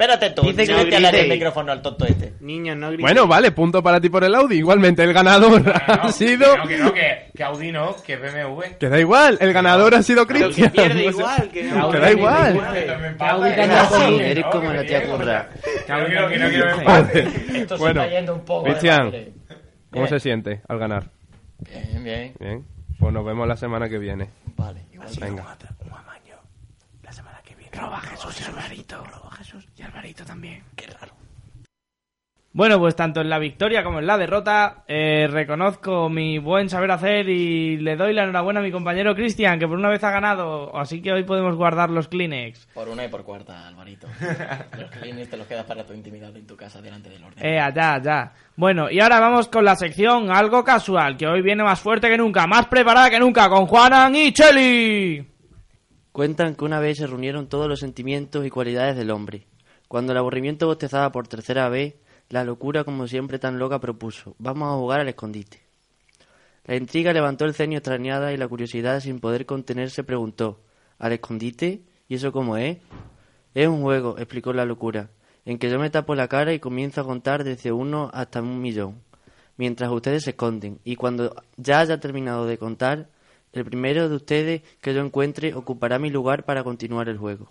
E: Espérate tú,
C: Dice que
E: no
C: no
E: te hablaré el
C: gritéis.
E: micrófono al tonto este.
C: Niños, no gritéis.
B: Bueno, vale, punto para ti por el Audi. Igualmente, el ganador [laughs] ha sido.
D: Que no, que, que Audi no, que BMW.
B: Que da igual, el ganador ha sido
D: Pero que
B: Cristian.
D: pierde
B: [laughs] No sé.
D: igual, que Audi
B: da
D: pierde
B: igual.
D: igual. Entonces me
L: Audi
D: empata,
L: gana
D: eh.
L: por mí.
D: Sí,
L: Eres
D: no,
L: como
D: que
L: la
D: me
L: tía
D: llevo,
L: curra.
D: o sea, que no quiero- que no quiero que me
B: Joder.
D: empate.
E: Esto se
B: bueno,
E: está yendo un poco de
B: Cristian,
E: madre.
B: ¿cómo
E: Bien.
B: se siente al ganar?
E: Bien, bien.
B: Bien, pues nos vemos la semana que viene.
E: Vale.
B: Venga.
F: Roba Jesús y Alvarito. Roba Jesús y Alvarito también. Qué raro.
A: Bueno, pues tanto en la victoria como en la derrota, eh, reconozco mi buen saber hacer y le doy la enhorabuena a mi compañero Cristian, que por una vez ha ganado, así que hoy podemos guardar los Kleenex.
E: Por una y por cuarta, Alvarito.
B: [laughs]
E: Los clientes te los quedas para tu intimidad en tu casa delante del orden.
A: Eh, allá, allá. Bueno, y ahora vamos con la sección algo casual, que hoy viene más fuerte que nunca, más preparada que nunca, con Juanan y Cheli.
H: Cuentan que una vez se reunieron todos los sentimientos y cualidades del hombre. Cuando el aburrimiento bostezaba por tercera vez, la locura, como siempre tan loca, propuso: Vamos a jugar al escondite. La intriga levantó el ceño extrañada y la curiosidad, sin poder contenerse, preguntó: ¿Al escondite? ¿Y eso cómo es? Es un juego, explicó la locura, en que yo me tapo la cara y comienzo a contar desde uno hasta un millón, mientras ustedes se esconden, y cuando ya haya terminado de contar, el primero de ustedes que yo encuentre ocupará mi lugar para continuar el juego.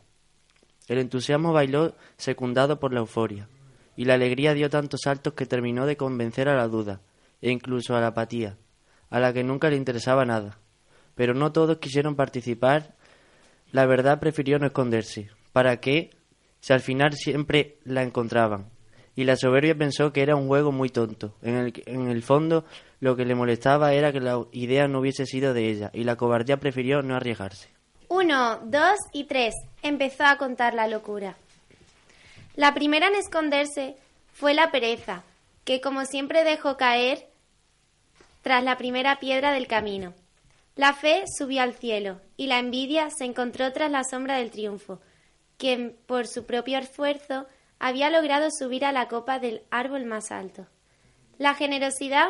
H: El entusiasmo bailó secundado por la euforia, y la alegría dio tantos saltos que terminó de convencer a la duda, e incluso a la apatía, a la que nunca le interesaba nada. Pero no todos quisieron participar la verdad prefirió no esconderse. ¿Para qué? Si al final siempre la encontraban. Y la soberbia pensó que era un juego muy tonto. En el, que- en el fondo, lo que le molestaba era que la idea no hubiese sido de ella, y la cobardía prefirió no arriesgarse.
M: Uno, dos y tres. Empezó a contar la locura. La primera en esconderse fue la pereza, que como siempre dejó caer tras la primera piedra del camino. La fe subió al cielo y la envidia se encontró tras la sombra del triunfo, quien por su propio esfuerzo había logrado subir a la copa del árbol más alto. La generosidad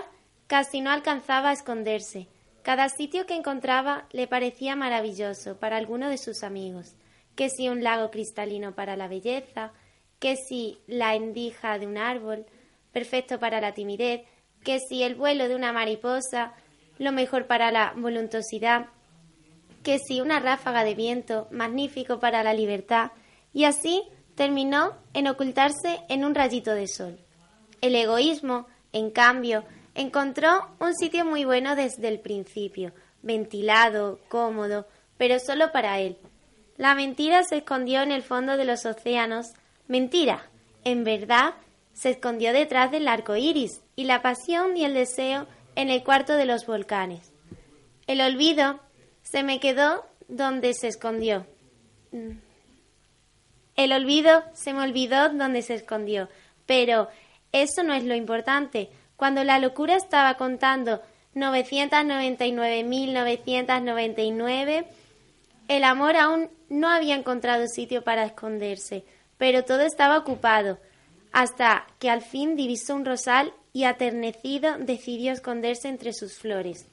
M: casi no alcanzaba a esconderse. Cada sitio que encontraba le parecía maravilloso para alguno de sus amigos, que si un lago cristalino para la belleza, que si la endija de un árbol, perfecto para la timidez, que si el vuelo de una mariposa, lo mejor para la voluntosidad, que si una ráfaga de viento, magnífico para la libertad, y así terminó en ocultarse en un rayito de sol. El egoísmo, en cambio, encontró un sitio muy bueno desde el principio, ventilado, cómodo, pero solo para él. La mentira se escondió en el fondo de los océanos. Mentira, en verdad, se escondió detrás del arco iris y la pasión y el deseo en el cuarto de los volcanes. El olvido se me quedó donde se escondió. Mm. El olvido se me olvidó donde se escondió. Pero eso no es lo importante. Cuando la locura estaba contando 999.999, el amor aún no había encontrado sitio para esconderse, pero todo estaba ocupado, hasta que al fin divisó un rosal y aternecido decidió esconderse entre sus flores.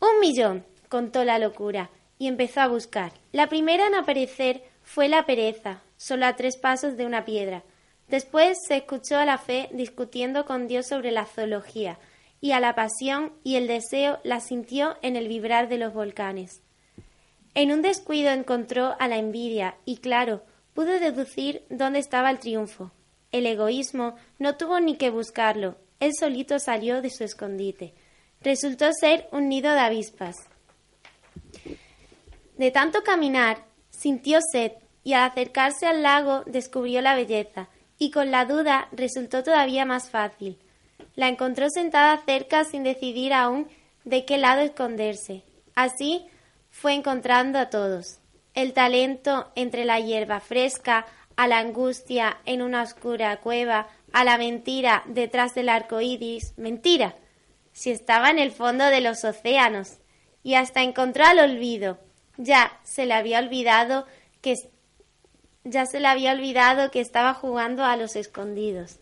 M: Un millón, contó la locura, y empezó a buscar. La primera en aparecer fue la pereza, solo a tres pasos de una piedra. Después se escuchó a la fe discutiendo con Dios sobre la zoología, y a la pasión y el deseo la sintió en el vibrar de los volcanes. En un descuido encontró a la envidia, y claro, pudo deducir dónde estaba el triunfo. El egoísmo no tuvo ni que buscarlo, él solito salió de su escondite. Resultó ser un nido de avispas. De tanto caminar, sintió sed y al acercarse al lago descubrió la belleza y con la duda resultó todavía más fácil. La encontró sentada cerca sin decidir aún de qué lado esconderse. Así fue encontrando a todos. El talento entre la hierba fresca, a la angustia en una oscura cueva, a la mentira detrás del arco iris. ¡Mentira! Si estaba en el fondo de los océanos y hasta encontró al olvido. Ya se le había olvidado que ya se le había olvidado que estaba jugando a los escondidos.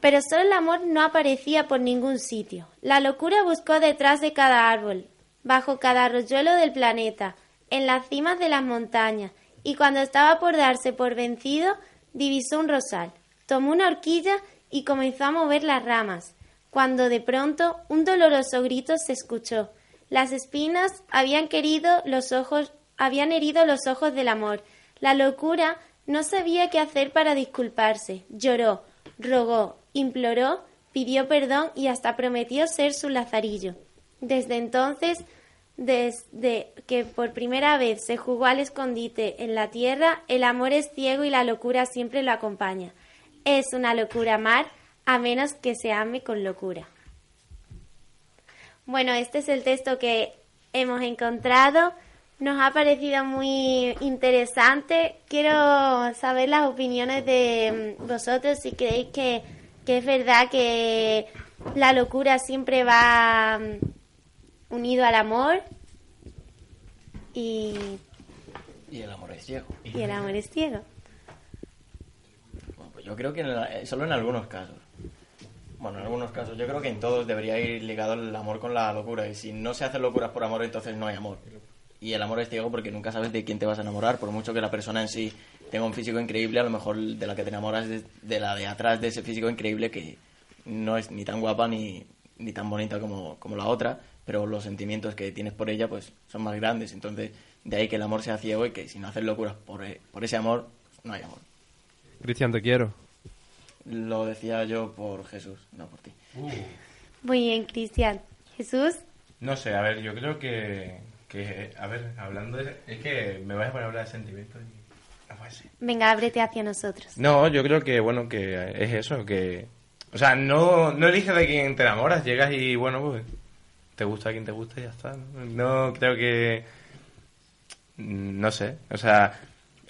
M: Pero solo el amor no aparecía por ningún sitio. La locura buscó detrás de cada árbol, bajo cada arroyuelo del planeta, en las cimas de las montañas, y cuando estaba por darse por vencido, divisó un rosal, tomó una horquilla y comenzó a mover las ramas, cuando de pronto un doloroso grito se escuchó. Las espinas habían querido los ojos, habían herido los ojos del amor. La locura no sabía qué hacer para disculparse. Lloró, rogó, imploró, pidió perdón y hasta prometió ser su lazarillo. Desde entonces, desde que por primera vez se jugó al escondite en la tierra, el amor es ciego y la locura siempre lo acompaña. Es una locura amar, a menos que se ame con locura. Bueno, este es el texto que hemos encontrado. Nos ha parecido muy interesante. Quiero saber las opiniones de mm, vosotros si creéis que, que es verdad que la locura siempre va mm, unido al amor y,
B: Eh.
E: Y el amor es ciego.
M: y el amor es ciego.
E: Bueno, pues yo creo que en la- eh, solo en algunos casos. Bueno, en algunos casos. Yo creo que en todos debería ir ligado el amor con la locura. Y si no se hacen locuras por amor, entonces no hay amor. Y el amor es ciego porque nunca sabes de quién te vas a enamorar. Por mucho que la persona en sí tenga un físico increíble, a lo mejor de la que te enamoras es de la de atrás de ese físico increíble que no es ni tan guapa ni, ni tan bonita como, como la otra. Pero los sentimientos que tienes por ella pues son más grandes. Entonces, de ahí que el amor sea ciego y que si no haces locuras por, eh, por ese amor, no hay amor.
B: Cristian, te quiero.
E: Lo decía yo por Jesús, no por ti.
M: Muy bien, Cristian. Jesús,
D: No sé, a ver, yo creo que, que a ver, hablando de... Es que me vais a poner a hablar de sentimientos. y Ah, pues No puede ser.
M: venga, ábrete hacia nosotros.
D: No, yo creo que, bueno, que es eso, que... O sea, no, no eliges de quién te enamoras, llegas y, bueno, pues, te gusta quien te gusta y ya está. No, No creo que... No sé, o sea,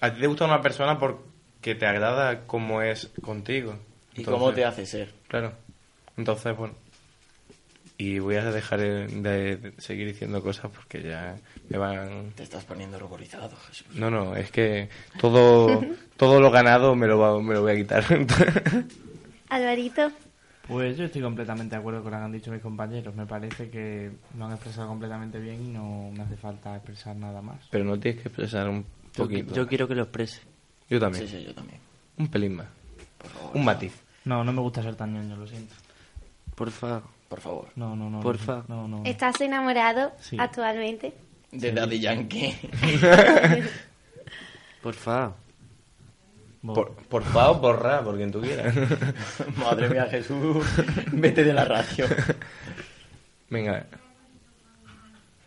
D: a ti te gusta una persona porque te agrada cómo es contigo.
E: Y cómo te hace ser.
D: Claro. Entonces, bueno. Y voy a dejar de de seguir diciendo cosas porque ya me van...
E: Te estás poniendo ruborizado, Jesús.
D: No, no, es que todo, todo lo ganado me lo, va- me lo voy a quitar. [laughs]
M: Alvarito,
A: Pues yo estoy completamente de acuerdo con lo que han dicho mis compañeros. Me parece que lo han expresado completamente bien y no, no hace falta expresar nada más.
D: Pero no tienes que expresar un
H: Yo, qui-
D: poquito.
H: yo quiero que lo exprese.
D: Yo también.
E: Sí, sí, yo también.
D: Un pelín más. Un matiz.
A: No, no me gusta ser tan ñoño, lo siento.
H: Por favor.
E: Por favor.
A: No, no, no.
H: Por
A: no,
H: fa-
A: No, no.
M: ¿estás enamorado
A: Sí.
M: actualmente?
E: De Daddy
D: [laughs]
E: Yankee.
H: Por favor.
D: Por, por fa o por ra, por quien
E: [laughs]
D: tú quieras.
E: Madre mía, Jesús. Vete de la radio.
D: Venga,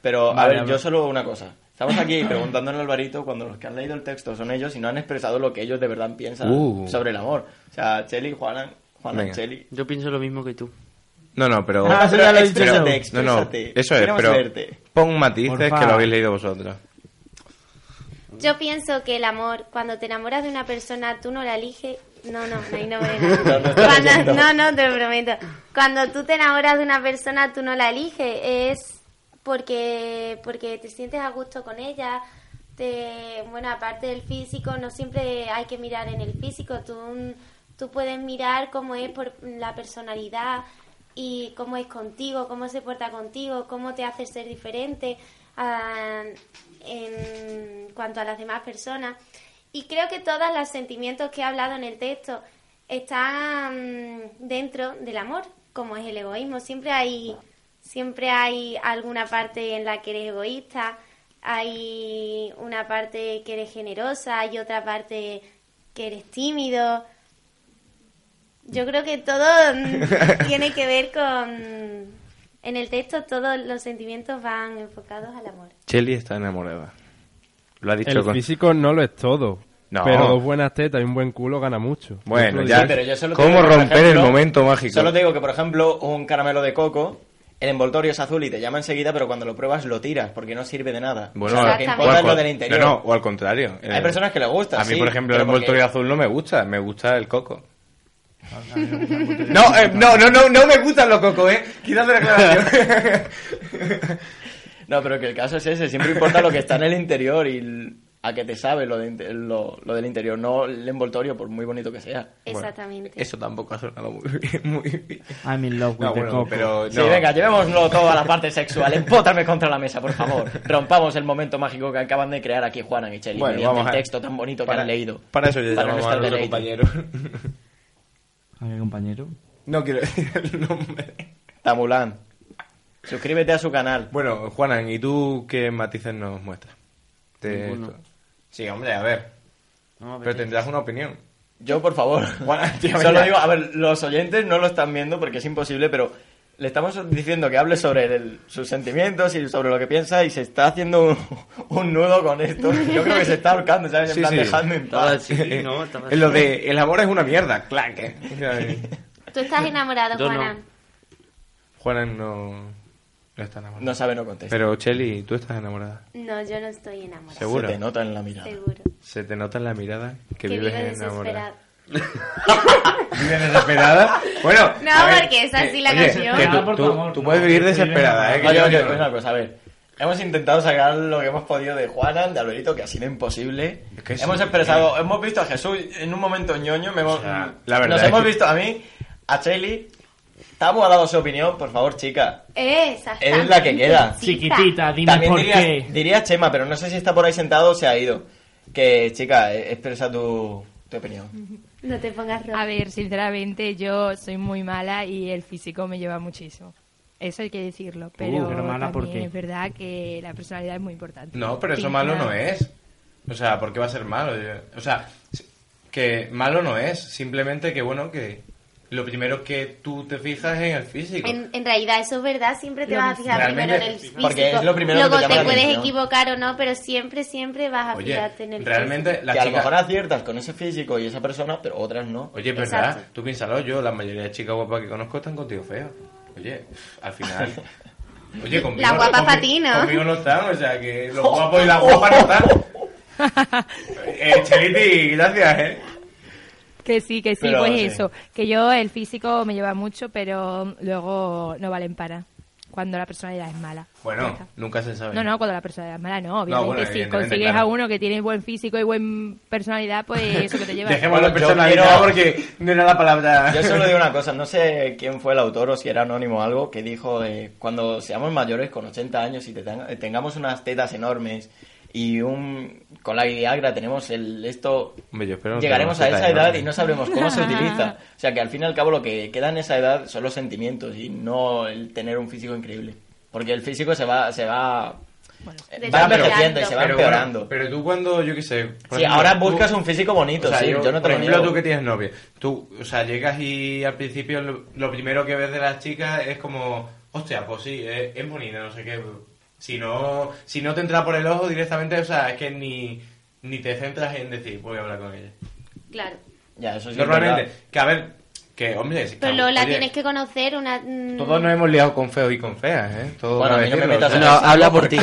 E: Pero, a
D: Vale,
E: ver,
D: a ver.
E: yo solo una cosa. Estamos aquí preguntándole al Alvarito cuando los que han leído el texto son ellos y no han expresado lo que ellos de verdad piensan
D: Uh.
E: sobre el amor. O sea, Cheli, Juanan, Juanan,
D: Venga.
E: Cheli.
H: Yo pienso lo mismo que tú.
D: No, no, pero.
A: Ah, eso ya lo he dicho
D: pero-
A: yo.
D: No, no,
E: Exprésate.
D: eso es,
E: Queremos
D: pero.
E: leerte.
D: Pon matices
A: Porfa.
D: que lo habéis leído vosotros.
M: Yo pienso que el amor, cuando te enamoras de una persona, tú no la eliges. No, no, ahí no
E: [laughs] No,
M: me
E: no
M: enamoro.
E: está
M: Cuando-
E: leyendo.
M: No, no, te lo prometo. Cuando tú te enamoras de una persona, tú no la eliges. Es porque, porque te sientes a gusto con ella. Te, bueno, aparte del físico, no siempre hay que mirar en el físico. Tú, tú puedes mirar cómo es por la personalidad y cómo es contigo, cómo se porta contigo, cómo te hace ser diferente ah, en cuanto a las demás personas. Y creo que todos los sentimientos que he hablado en el texto están mm, dentro del amor, como es el egoísmo. Siempre hay, siempre hay alguna parte en la que eres egoísta, hay una parte que eres generosa, hay otra parte que eres tímido. Yo creo que todo mm,
D: [laughs]
M: tiene que ver con... En el texto todos los sentimientos van enfocados al amor.
D: Chelly está enamorada. Lo ha dicho
B: El
D: con.
B: físico no lo es todo.
D: No.
B: Pero dos buenas tetas y un buen culo gana mucho.
D: Bueno,
B: Tú
D: ya.
E: Sí,
B: dices,
E: pero yo solo te
D: ¿Cómo
E: digo que, por
D: romper el momento mágico?
E: Solo te digo que, por ejemplo, un caramelo de coco, el envoltorio es azul y te llama enseguida, pero cuando lo pruebas lo tiras porque no sirve de nada.
D: Bueno,
E: o sea,
D: al-
E: lo que
M: Exactamente.
E: importa es
D: o
E: lo
D: al-
E: del interior.
D: No, no, o al contrario. eh,
E: Hay personas que le gusta,
D: A mí,
E: sí,
D: por ejemplo, el
E: pero porque-
D: envoltorio azul no me gusta, me gusta el coco.
A: A mí me gusta mucho.
D: No, eh, no, no, no, no me gustan los cocos, eh. Quítate
A: [laughs]
D: la aclaración.
E: No, pero que el caso es ese, siempre importa lo que está en el interior y l- a que te sabe lo, de inte- lo, lo del interior, no el envoltorio, por muy bonito que sea.
M: Exactamente.
E: eso tampoco ha sonado muy bien.
A: I'm in love with
E: No,
A: the
E: bueno,
A: coco.
E: pero Sí, venga, llevémoslo todo a la parte sexual. Empótame contra la mesa, por favor. Rompamos el momento mágico que acaban de crear aquí Juana Micheli.
D: Bueno,
E: mediante el
D: vamos a-
E: texto tan bonito que
D: para-
E: han leído.
D: para eso ya
E: Para
D: llamamos
E: nuestro
D: a nuestro
A: [laughs]
E: deleite.
A: ¿A qué compañero?
D: No quiero decir el nombre.
E: Tamulán. Suscríbete a su canal.
D: Bueno, Juanan, ¿y tú qué matices nos muestras?
E: Ninguno.
D: Sí, hombre, a ver. Pero tendrás una opinión.
E: Yo, por
D: [laughs]
E: favor.
D: Juanan, tío,
E: Solo
D: venga.
E: digo, a ver, los oyentes no lo están viendo porque es imposible, pero le estamos diciendo que hable sobre el- sus sentimientos y sobre lo que piensa y se está haciendo un, [laughs] un nudo con esto. Yo creo que se está ahorcando, ¿sabes? En
D: Sí,
E: plan,
D: sí.
E: dejadme en paz.
D: [laughs] En lo de el amor es una mierda, clac. eh. O sea,
M: Tú estás enamorado,
D: Yo no.
M: Juana.
D: Juanan no, no está enamorado.
E: No sabe, no contesta.
D: Pero Cheli, tú estás enamorada.
M: No. yo no estoy enamorada.
D: Seguro.
E: te nota en la mirada.
M: Seguro.
D: Se te nota en la mirada que,
M: Que vivo
D: vives enamorada.
M: desesperada.
D: [laughs] ¿Vives desesperada? Bueno.
M: [laughs] No,
D: a ver,
M: porque es así la
D: oye,
M: canción.
D: que
M: Ya,
D: tú,
M: por
D: tú-
M: favor,
D: tú
M: no,
D: puedes vivir
M: que vives
D: desesperada, ¿eh? Que
E: Oye,
D: yo
E: oye,
D: digo-
E: una cosa, a ver. Hemos intentado sacar lo que hemos podido de Juanan, de Alberito, que ha sido imposible.
D: que es-
E: hemos expresado, hemos visto a Jesús en un momento ñoño. me hemos-
D: sea, la verdad
E: nos
D: es
E: hemos
D: que-
E: visto a mí, a Cheli. Tamu ha dado su opinión, por favor, chica.
M: Esa.
E: Es la que queda.
A: Chiquitita, dime
E: También
A: por
E: diría,
A: qué.
E: diría Chema, pero no sé si está por ahí sentado o se ha ido. Que, chica, eh, expresa tu, tu opinión.
M: No te pongas
L: A ver, sinceramente, yo soy muy mala y el físico me lleva muchísimo. Eso hay que decirlo, pero,
D: pero mala, ¿por
L: también
D: qué?
L: es verdad que la personalidad es muy importante.
D: No, pero eso
L: Pinta-
D: malo no es. O sea, ¿por qué va a ser malo? O sea, que malo no es. Simplemente que, bueno, que lo primero que tú te fijas es en el físico.
M: En, en realidad, eso es verdad, siempre te
L: Lo
M: vas a fijar primero en
D: Realmente,
M: el físico.
D: porque es lo primero que
M: Luego
D: te llama la
M: puedes
D: atención.
M: equivocar o no, pero siempre, siempre vas a
D: Oye,
M: fijarte en el
D: realmente
E: Que
D: las
E: a lo
D: chicas-
E: mejor aciertas con ese físico y esa persona, pero otras no.
D: Oye, es verdad, tú piénsalo, yo, la mayoría de chicas guapas que conozco están contigo feo. Oye, al
L: [laughs]
D: final. Oye, conmigo.
M: La
D: no-
M: guapa
D: conmi-
M: pa' ti, ¿no?
D: Conmigo no están, o sea, que los guapos y las guapas no están.
L: [laughs]
D: Eh, Cheliti, gracias, ¿eh?
L: Que sí, que sí,
D: Pero,
L: pues
D: sí.
L: eso. Que yo el físico me lleva mucho, pero luego no valen para. Cuando la personalidad es mala. Ya
D: Bueno,
L: está.
D: nunca se sabe.
L: No, no, cuando la personalidad es mala, no. Obviamente,
D: bueno,
L: si
D: evidentemente,
L: consigues
D: claro.
L: a uno que tiene buen físico y buen personalidad, pues eso que te lleva.
D: Dejemos la
E: Yo
D: personalidad
E: quiero-
D: porque no era la palabra.
E: Yo solo digo una cosa, no sé quién fue el autor o si era anónimo o algo, que dijo de cuando seamos mayores con 80 años y te tenga- tengamos unas tetas enormes y un con la Viagra tenemos el esto
D: Hombre, yo espero no
E: llegaremos a
D: tener
E: esa
D: tetas
E: edad
D: enormes.
E: y no sabremos cómo se utiliza. O sea que al fin y al cabo lo que queda en esa edad son los sentimientos y no el tener un físico increíble. Porque el físico se va, se va, eh, va envejeciendo y se va
D: Pero
E: empeorando.
D: bueno, Pero, tú cuando, yo qué sé... por
E: Sí, ahora buscas un físico bonito, sí, yo no te
D: Por
E: lo
D: ejemplo,
E: niego.
D: tú que tienes novia, tú, o sea, llegas y al principio lo, lo primero que ves de las chicas es como, hostia, pues sí, es, es bonita, no sé qué. Si no, si no te entra por el ojo directamente, o sea, es que ni, ni te centras en decir, voy a hablar con ella.
M: Claro.
E: Ya, eso sí es
D: Normalmente,
E: verdad.
D: que a ver, que hombre... es que-
M: Pero luego la
D: oye,
M: tienes que conocer una... mm,
D: Todos nos hemos liado con feos y con feas, ¿eh? Todo
E: Bueno, a mí no me
D: decirlo,
E: metas
D: o sea,
E: en eso,
M: [laughs]
E: porque-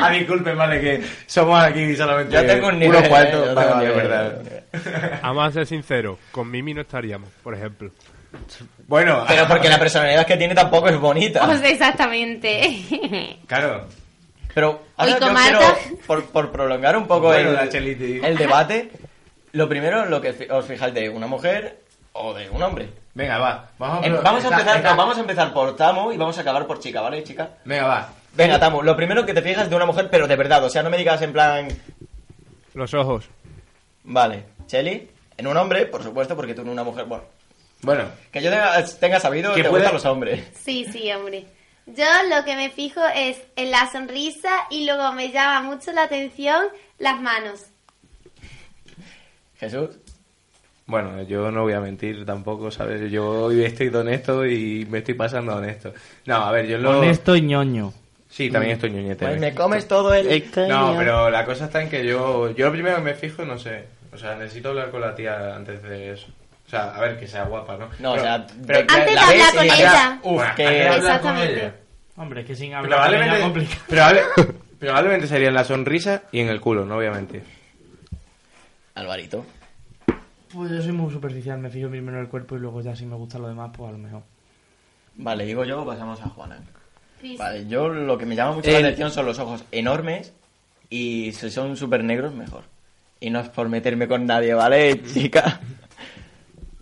D: ah, disculpen, vale, que somos aquí solamente
E: Yo tengo un nivel,
D: unos cuantos.
E: eh, yo
D: Vale,
E: tengo un
D: vale,
E: nivel,
D: verdad.
B: Vamos a ser sinceros, con Mimi no estaríamos, por ejemplo.
D: Bueno,
E: Pero porque la personalidad que tiene tampoco es
M: [laughs]
E: bonita.
M: o sea, exactamente.
D: [laughs]
M: [laughs]
D: Claro.
E: Pero ahora
M: Hoy con
E: yo
M: Marta.
E: quiero, por, por prolongar un poco
D: Bueno, la
E: el, el debate, lo primero lo que fi- os fijáis de una mujer o de un hombre.
D: Venga, va. Vamos a,
E: Eh, vamos, a
D: está-
E: empezar,
D: está-
E: no, vamos a empezar por Tamu y vamos a acabar por chica, ¿vale, chica?
D: Venga, va.
E: Venga, Tamu, lo primero que te fijas de una mujer, pero de verdad, o sea, no me digas en plan...
B: Los ojos.
E: Vale, Cheli, en un hombre, por supuesto, porque tú en una mujer... Bueno,
D: Bueno.
E: que yo tenga, tenga sabido
D: Que
E: que te
D: puede-
E: gustan los hombres.
M: Sí, sí, hombre. Yo lo que me fijo es en la sonrisa y luego me llama mucho la atención las manos.
E: Jesús.
D: Bueno, yo no voy a mentir tampoco, ¿sabes? Yo hoy he sido honesto y me estoy pasando honesto. No, a ver, yo lo...
A: Honesto y ñoño.
D: Sí, también estoy ñoñete.
E: Pues me comes todo el...
D: Eh, No, pero la cosa está en que yo... Yo lo primero que me fijo, no sé. O sea, necesito hablar con la tía antes de eso. O sea, a ver, que sea guapa, ¿no?
E: No, o sea, de-
A: Antes de hablar
E: ves y
A: con
E: dices,
A: ella.
E: Uf,
D: Bueno,
E: que...
D: antes de hablar con
A: Exactamente.
D: ella.
A: Hombre, es que sin hablar
D: Probablemente,
A: también es complicado.
D: probable- probablemente sería en la sonrisa y en el culo, no voy a mentir.
E: Alvarito.
A: Pues yo soy muy superficial, me fijo primero en el cuerpo y luego ya si me gusta lo demás, pues a lo mejor.
E: Vale, digo yo, pasamos a Juana.
M: Cris.
D: Eh,
E: Vale, yo lo que me llama mucho
A: El-
E: la atención son los ojos enormes Y si son súper negros, mejor. Y no es por meterme con nadie, ¿vale, chica?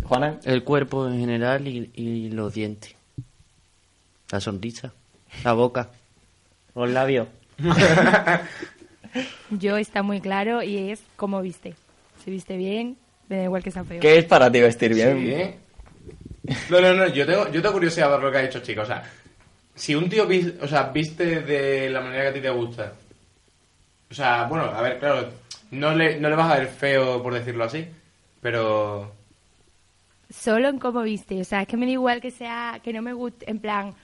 E: Juana.
H: El cuerpo en general y, y los dientes. La sonrisa. La boca. Los labios.
L: Yo está muy claro y es cómo viste. Si viste bien, me da igual que sea feo.
E: ¿Qué es para ti vestir bien?
D: Sí, ¿eh? No, no, no, yo tengo, yo tengo curiosidad por lo que ha hecho, chicos. O sea, si un tío vis- o sea, viste de la manera que a ti te gusta, o sea, bueno, a ver, claro, no le, no le vas a ver feo, por decirlo así, pero.
L: Solo en cómo viste. O sea, es que me da igual que sea, que no me guste, en plan,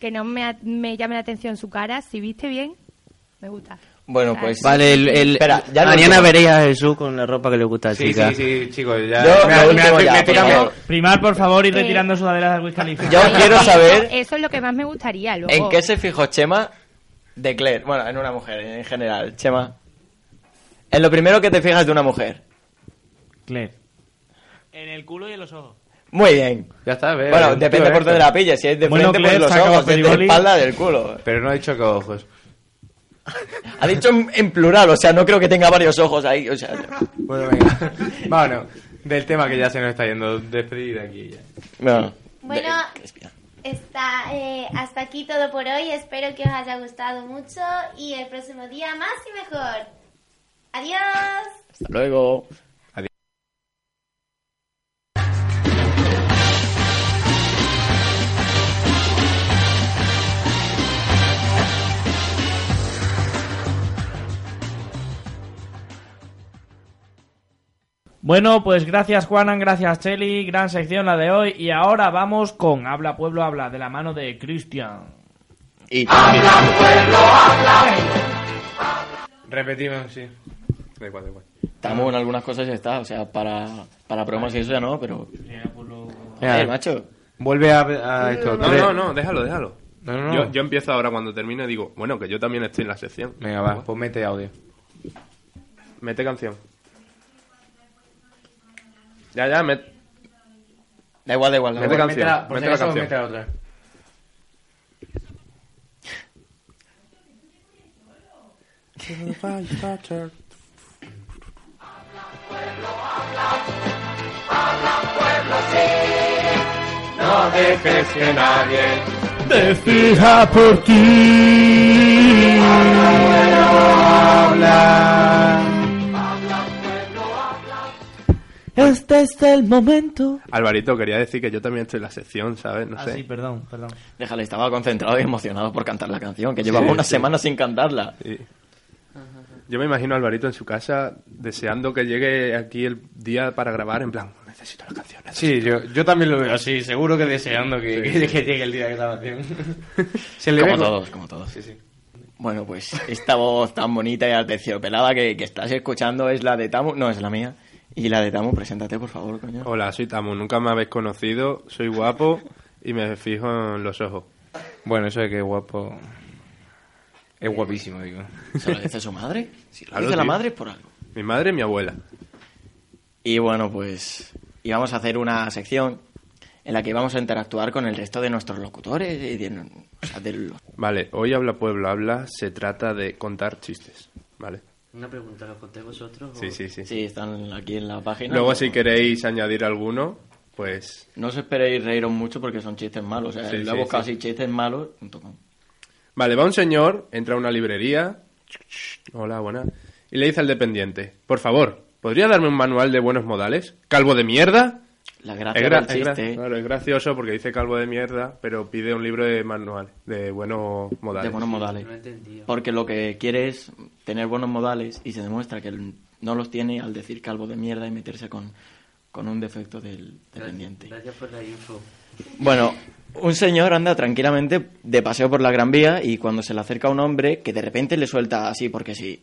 L: que no me, a- me llame la atención su cara. Si viste bien, me gusta.
E: Bueno, pues.
H: Ah. Vale, el, el-
E: Espera, ya lo
H: mañana
E: último.
H: veréis a Jesús con la ropa que le gusta a
D: Sí,
H: chica.
D: sí, sí, chicos, ya.
E: Yo,
D: me-
E: lo
D: me-
E: último
D: me-
E: ya,
D: me-
E: por
D: me-
E: favor.
A: Primar, por favor, ir retirando sudaderas al Wiz Khalifa.
E: Eh, Yo quiero saber
L: Eso es lo que más me gustaría luego.
E: en qué se fijó Chema de Claire. Bueno, en una mujer en general, Chema. En lo primero que te fijas de una mujer.
A: Claire.
C: En el culo y en los ojos.
E: Muy bien.
D: Ya está, ve,
E: Bueno,
D: el
E: depende
D: Eh, tío
E: por dónde
D: este.
E: la pillas. Si es de
D: Bueno,
E: frente,
D: Claire,
E: pues los
D: saca
E: ojos.
D: papel
E: Si
D: y
E: es de
D: boli.
E: espalda, del culo.
D: Pero no ha dicho que ojos.
E: Ha dicho en, en plural, o sea, no creo que tenga varios ojos ahí. O sea,
D: Bueno, [laughs] venga. Vámonos. Del tema que ya se nos está yendo. Despedir de aquí ya.
E: No.
M: Bueno, está, eh, hasta aquí todo por hoy. Espero que os haya gustado mucho y el próximo día más y mejor. Adiós.
E: hasta luego.
A: Bueno, pues gracias Juanan, gracias Cheli, gran sección la de hoy. Y ahora vamos con Habla Pueblo Habla, de la mano de Cristian.
E: Y...
D: Repetimos, sí. Da igual, da igual.
E: Estamos en algunas cosas y ya está. O sea, para, para bromas y eso ya no, pero. Eh, macho.
D: Vuelve a, a esto.
B: No,
D: Tres.
B: no, no, déjalo, déjalo.
D: No, no, no.
B: Yo, yo empiezo ahora cuando termine digo, bueno, que yo también estoy en la sección.
D: Venga, va, pues mete audio.
B: Mete canción. Ya, ya, mete.
E: Da igual, da igual.
B: Mete
D: Por-
B: canción.
D: métela- por
B: mete
D: si
B: la
D: acaso,
B: canción.
D: mete la otra.
F: No dejes que nadie
B: te fija por ti.
N: Este es el momento.
B: Alvarito, quería decir que yo también estoy en la sección, ¿sabes?
D: Ah,
B: No sé.
A: perdón, perdón.
E: Déjale, estaba concentrado y emocionado por cantar la canción, que llevaba
B: Sí,
E: una
B: sí.
E: semana sin cantarla.
B: Yo me imagino a Alvarito en su casa deseando que llegue aquí el día para grabar, en plan, necesito la canción.
D: Sí, yo, yo también lo veo así, seguro que deseando que,
B: Sí, sí.
D: que, que llegue el día de
B: [laughs]
D: grabación. Se le
E: Como
D: ve con-
E: todos, como todos.
D: Sí, sí.
E: Bueno, pues esta voz tan bonita y aterciopelada que, que estás escuchando es la de Tamu. No, es la mía. Y la de Tamu, preséntate, por favor, coño.
B: Hola, soy Tamu, nunca me habéis conocido, soy guapo y me fijo en los ojos.
D: Bueno, eso de que guapo. Es guapísimo, digo.
E: ¿Se lo dice su madre? Si lo
B: Claro,
E: dice la
B: tío.
E: madre, es por algo.
B: Mi madre y mi abuela.
E: Y bueno, pues íbamos a hacer una sección en la que íbamos a interactuar con el resto de nuestros locutores y de, o sea, de los-
B: Vale, hoy Habla Pueblo Habla se trata de contar chistes, ¿vale?
H: Una pregunta, ¿lo conté vosotros?
B: Sí, sí, sí.
E: Sí, están aquí en la página.
B: Luego
E: pero
B: si queréis añadir alguno, pues...
E: No os esperéis reíros mucho porque son chistes malos. O sea,
B: Sí,
E: lo
B: sí,
E: he buscado
B: sí.
E: así, chistes malos. punto com.
B: Vale, va un señor, entra a una librería, hola, buena, y le dice al dependiente, por favor, ¿podría darme un manual de buenos modales? ¿Calvo de mierda?
E: La gracia
B: gra-
E: del
B: gra-
E: chiste ¿eh?
B: claro, es gracioso porque dice calvo de mierda, pero pide un libro de manual, de buenos modales.
E: de buenos modales. Porque lo que quiere es tener buenos modales y se demuestra que él no los tiene al decir calvo de mierda y meterse con, con un defecto del dependiente.
H: Gracias por la info.
E: Bueno, un señor anda tranquilamente de paseo por la Gran Vía y cuando se le acerca un hombre que de repente le suelta así porque sí,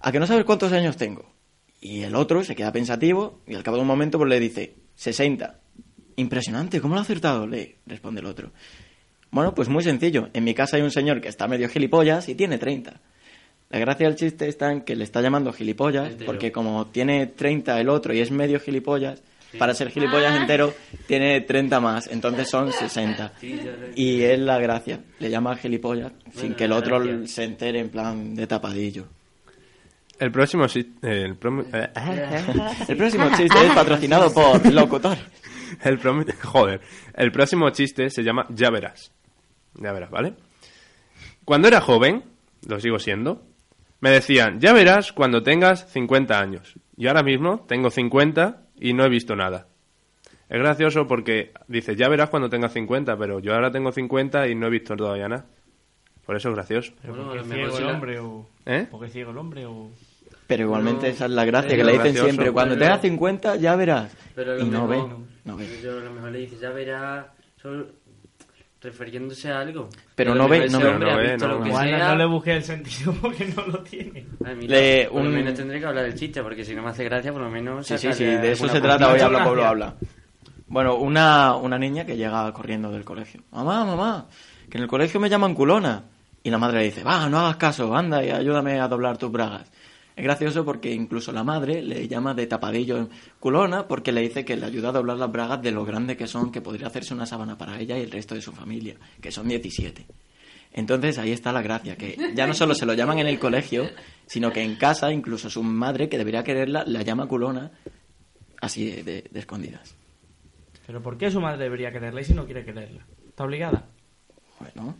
E: a que no sabes cuántos años tengo. Y el otro se queda pensativo y al cabo de un momento pues le dice, 60. Impresionante, ¿cómo lo ha acertado? Le responde el otro. Bueno, pues muy sencillo. En mi casa hay un señor que está medio gilipollas y tiene 30. La gracia del chiste está en que le está llamando gilipollas,
H: Entero.
E: porque como tiene 30 el otro y es medio gilipollas, para ser gilipollas entero tiene 30 más, entonces son 60. Y es la gracia, le llama gilipollas sin
H: Bueno,
E: que el
H: la
E: otro
H: gracia.
E: se entere en plan de tapadillo.
B: El próximo sí. El, eh, promi-
E: El próximo chiste es patrocinado por Locutor.
B: El promi- [laughs] Joder. El próximo chiste se llama Ya verás. Ya verás, ¿vale? Cuando era joven, lo sigo siendo, me decían, ya verás cuando tengas 50 años. Y ahora mismo tengo 50 y no he visto nada. Es gracioso porque dices, ya verás cuando tengas 50, pero yo ahora tengo 50 y no he visto todavía nada. Por eso es gracioso.
A: Bueno, a lo mejor si la-
B: ¿Eh?
A: Porque es ciego el hombre o...
E: Pero igualmente
A: No.
E: esa es la gracia
B: Es
E: que le dicen
B: gracioso.
E: siempre. Cuando
B: Pero-
E: tengas 50 ya verás.
H: Pero a
E: y
H: lo
E: no ve.
H: mejor-
E: No ve.
H: Yo a lo mejor le dices, ya verá, solo refiriéndose a algo.
E: Pero
H: a lo
E: no ve-
H: mejor ese
E: no ve.
H: hombre
E: No
H: ha
E: ve,
H: visto
E: no
H: lo
E: ve.
H: que
A: Bueno,
H: sea.
A: no le busqué el sentido [laughs] porque no lo tiene.
H: Ay, mira,
E: Le-
H: por lo
E: un-
H: menos tendré que hablar del chiste, porque si no me hace gracia, por lo menos...
E: Sí, sí,
H: sacarle
E: sí, de eso
H: alguna
E: se trata
H: conclusión.
E: hoy Habla Pablo Habla. Bueno, una, una niña que llega corriendo del colegio. Mamá, mamá, que en el colegio me llaman culona. Y la madre le dice, va, no hagas caso, anda y ayúdame a doblar tus bragas. Es gracioso porque incluso la madre le llama de tapadillo en culona porque le dice que le ayuda a doblar las bragas de lo grande que son, que podría hacerse una sábana para ella y el resto de su familia, que son 17. Entonces ahí está la gracia, que ya no solo se lo llaman en el colegio, sino que en casa incluso su madre, que debería quererla, la llama culona así de, de- de escondidas.
A: Pero ¿por qué su madre debería quererla y si no quiere quererla? ¿Está obligada?
E: Bueno.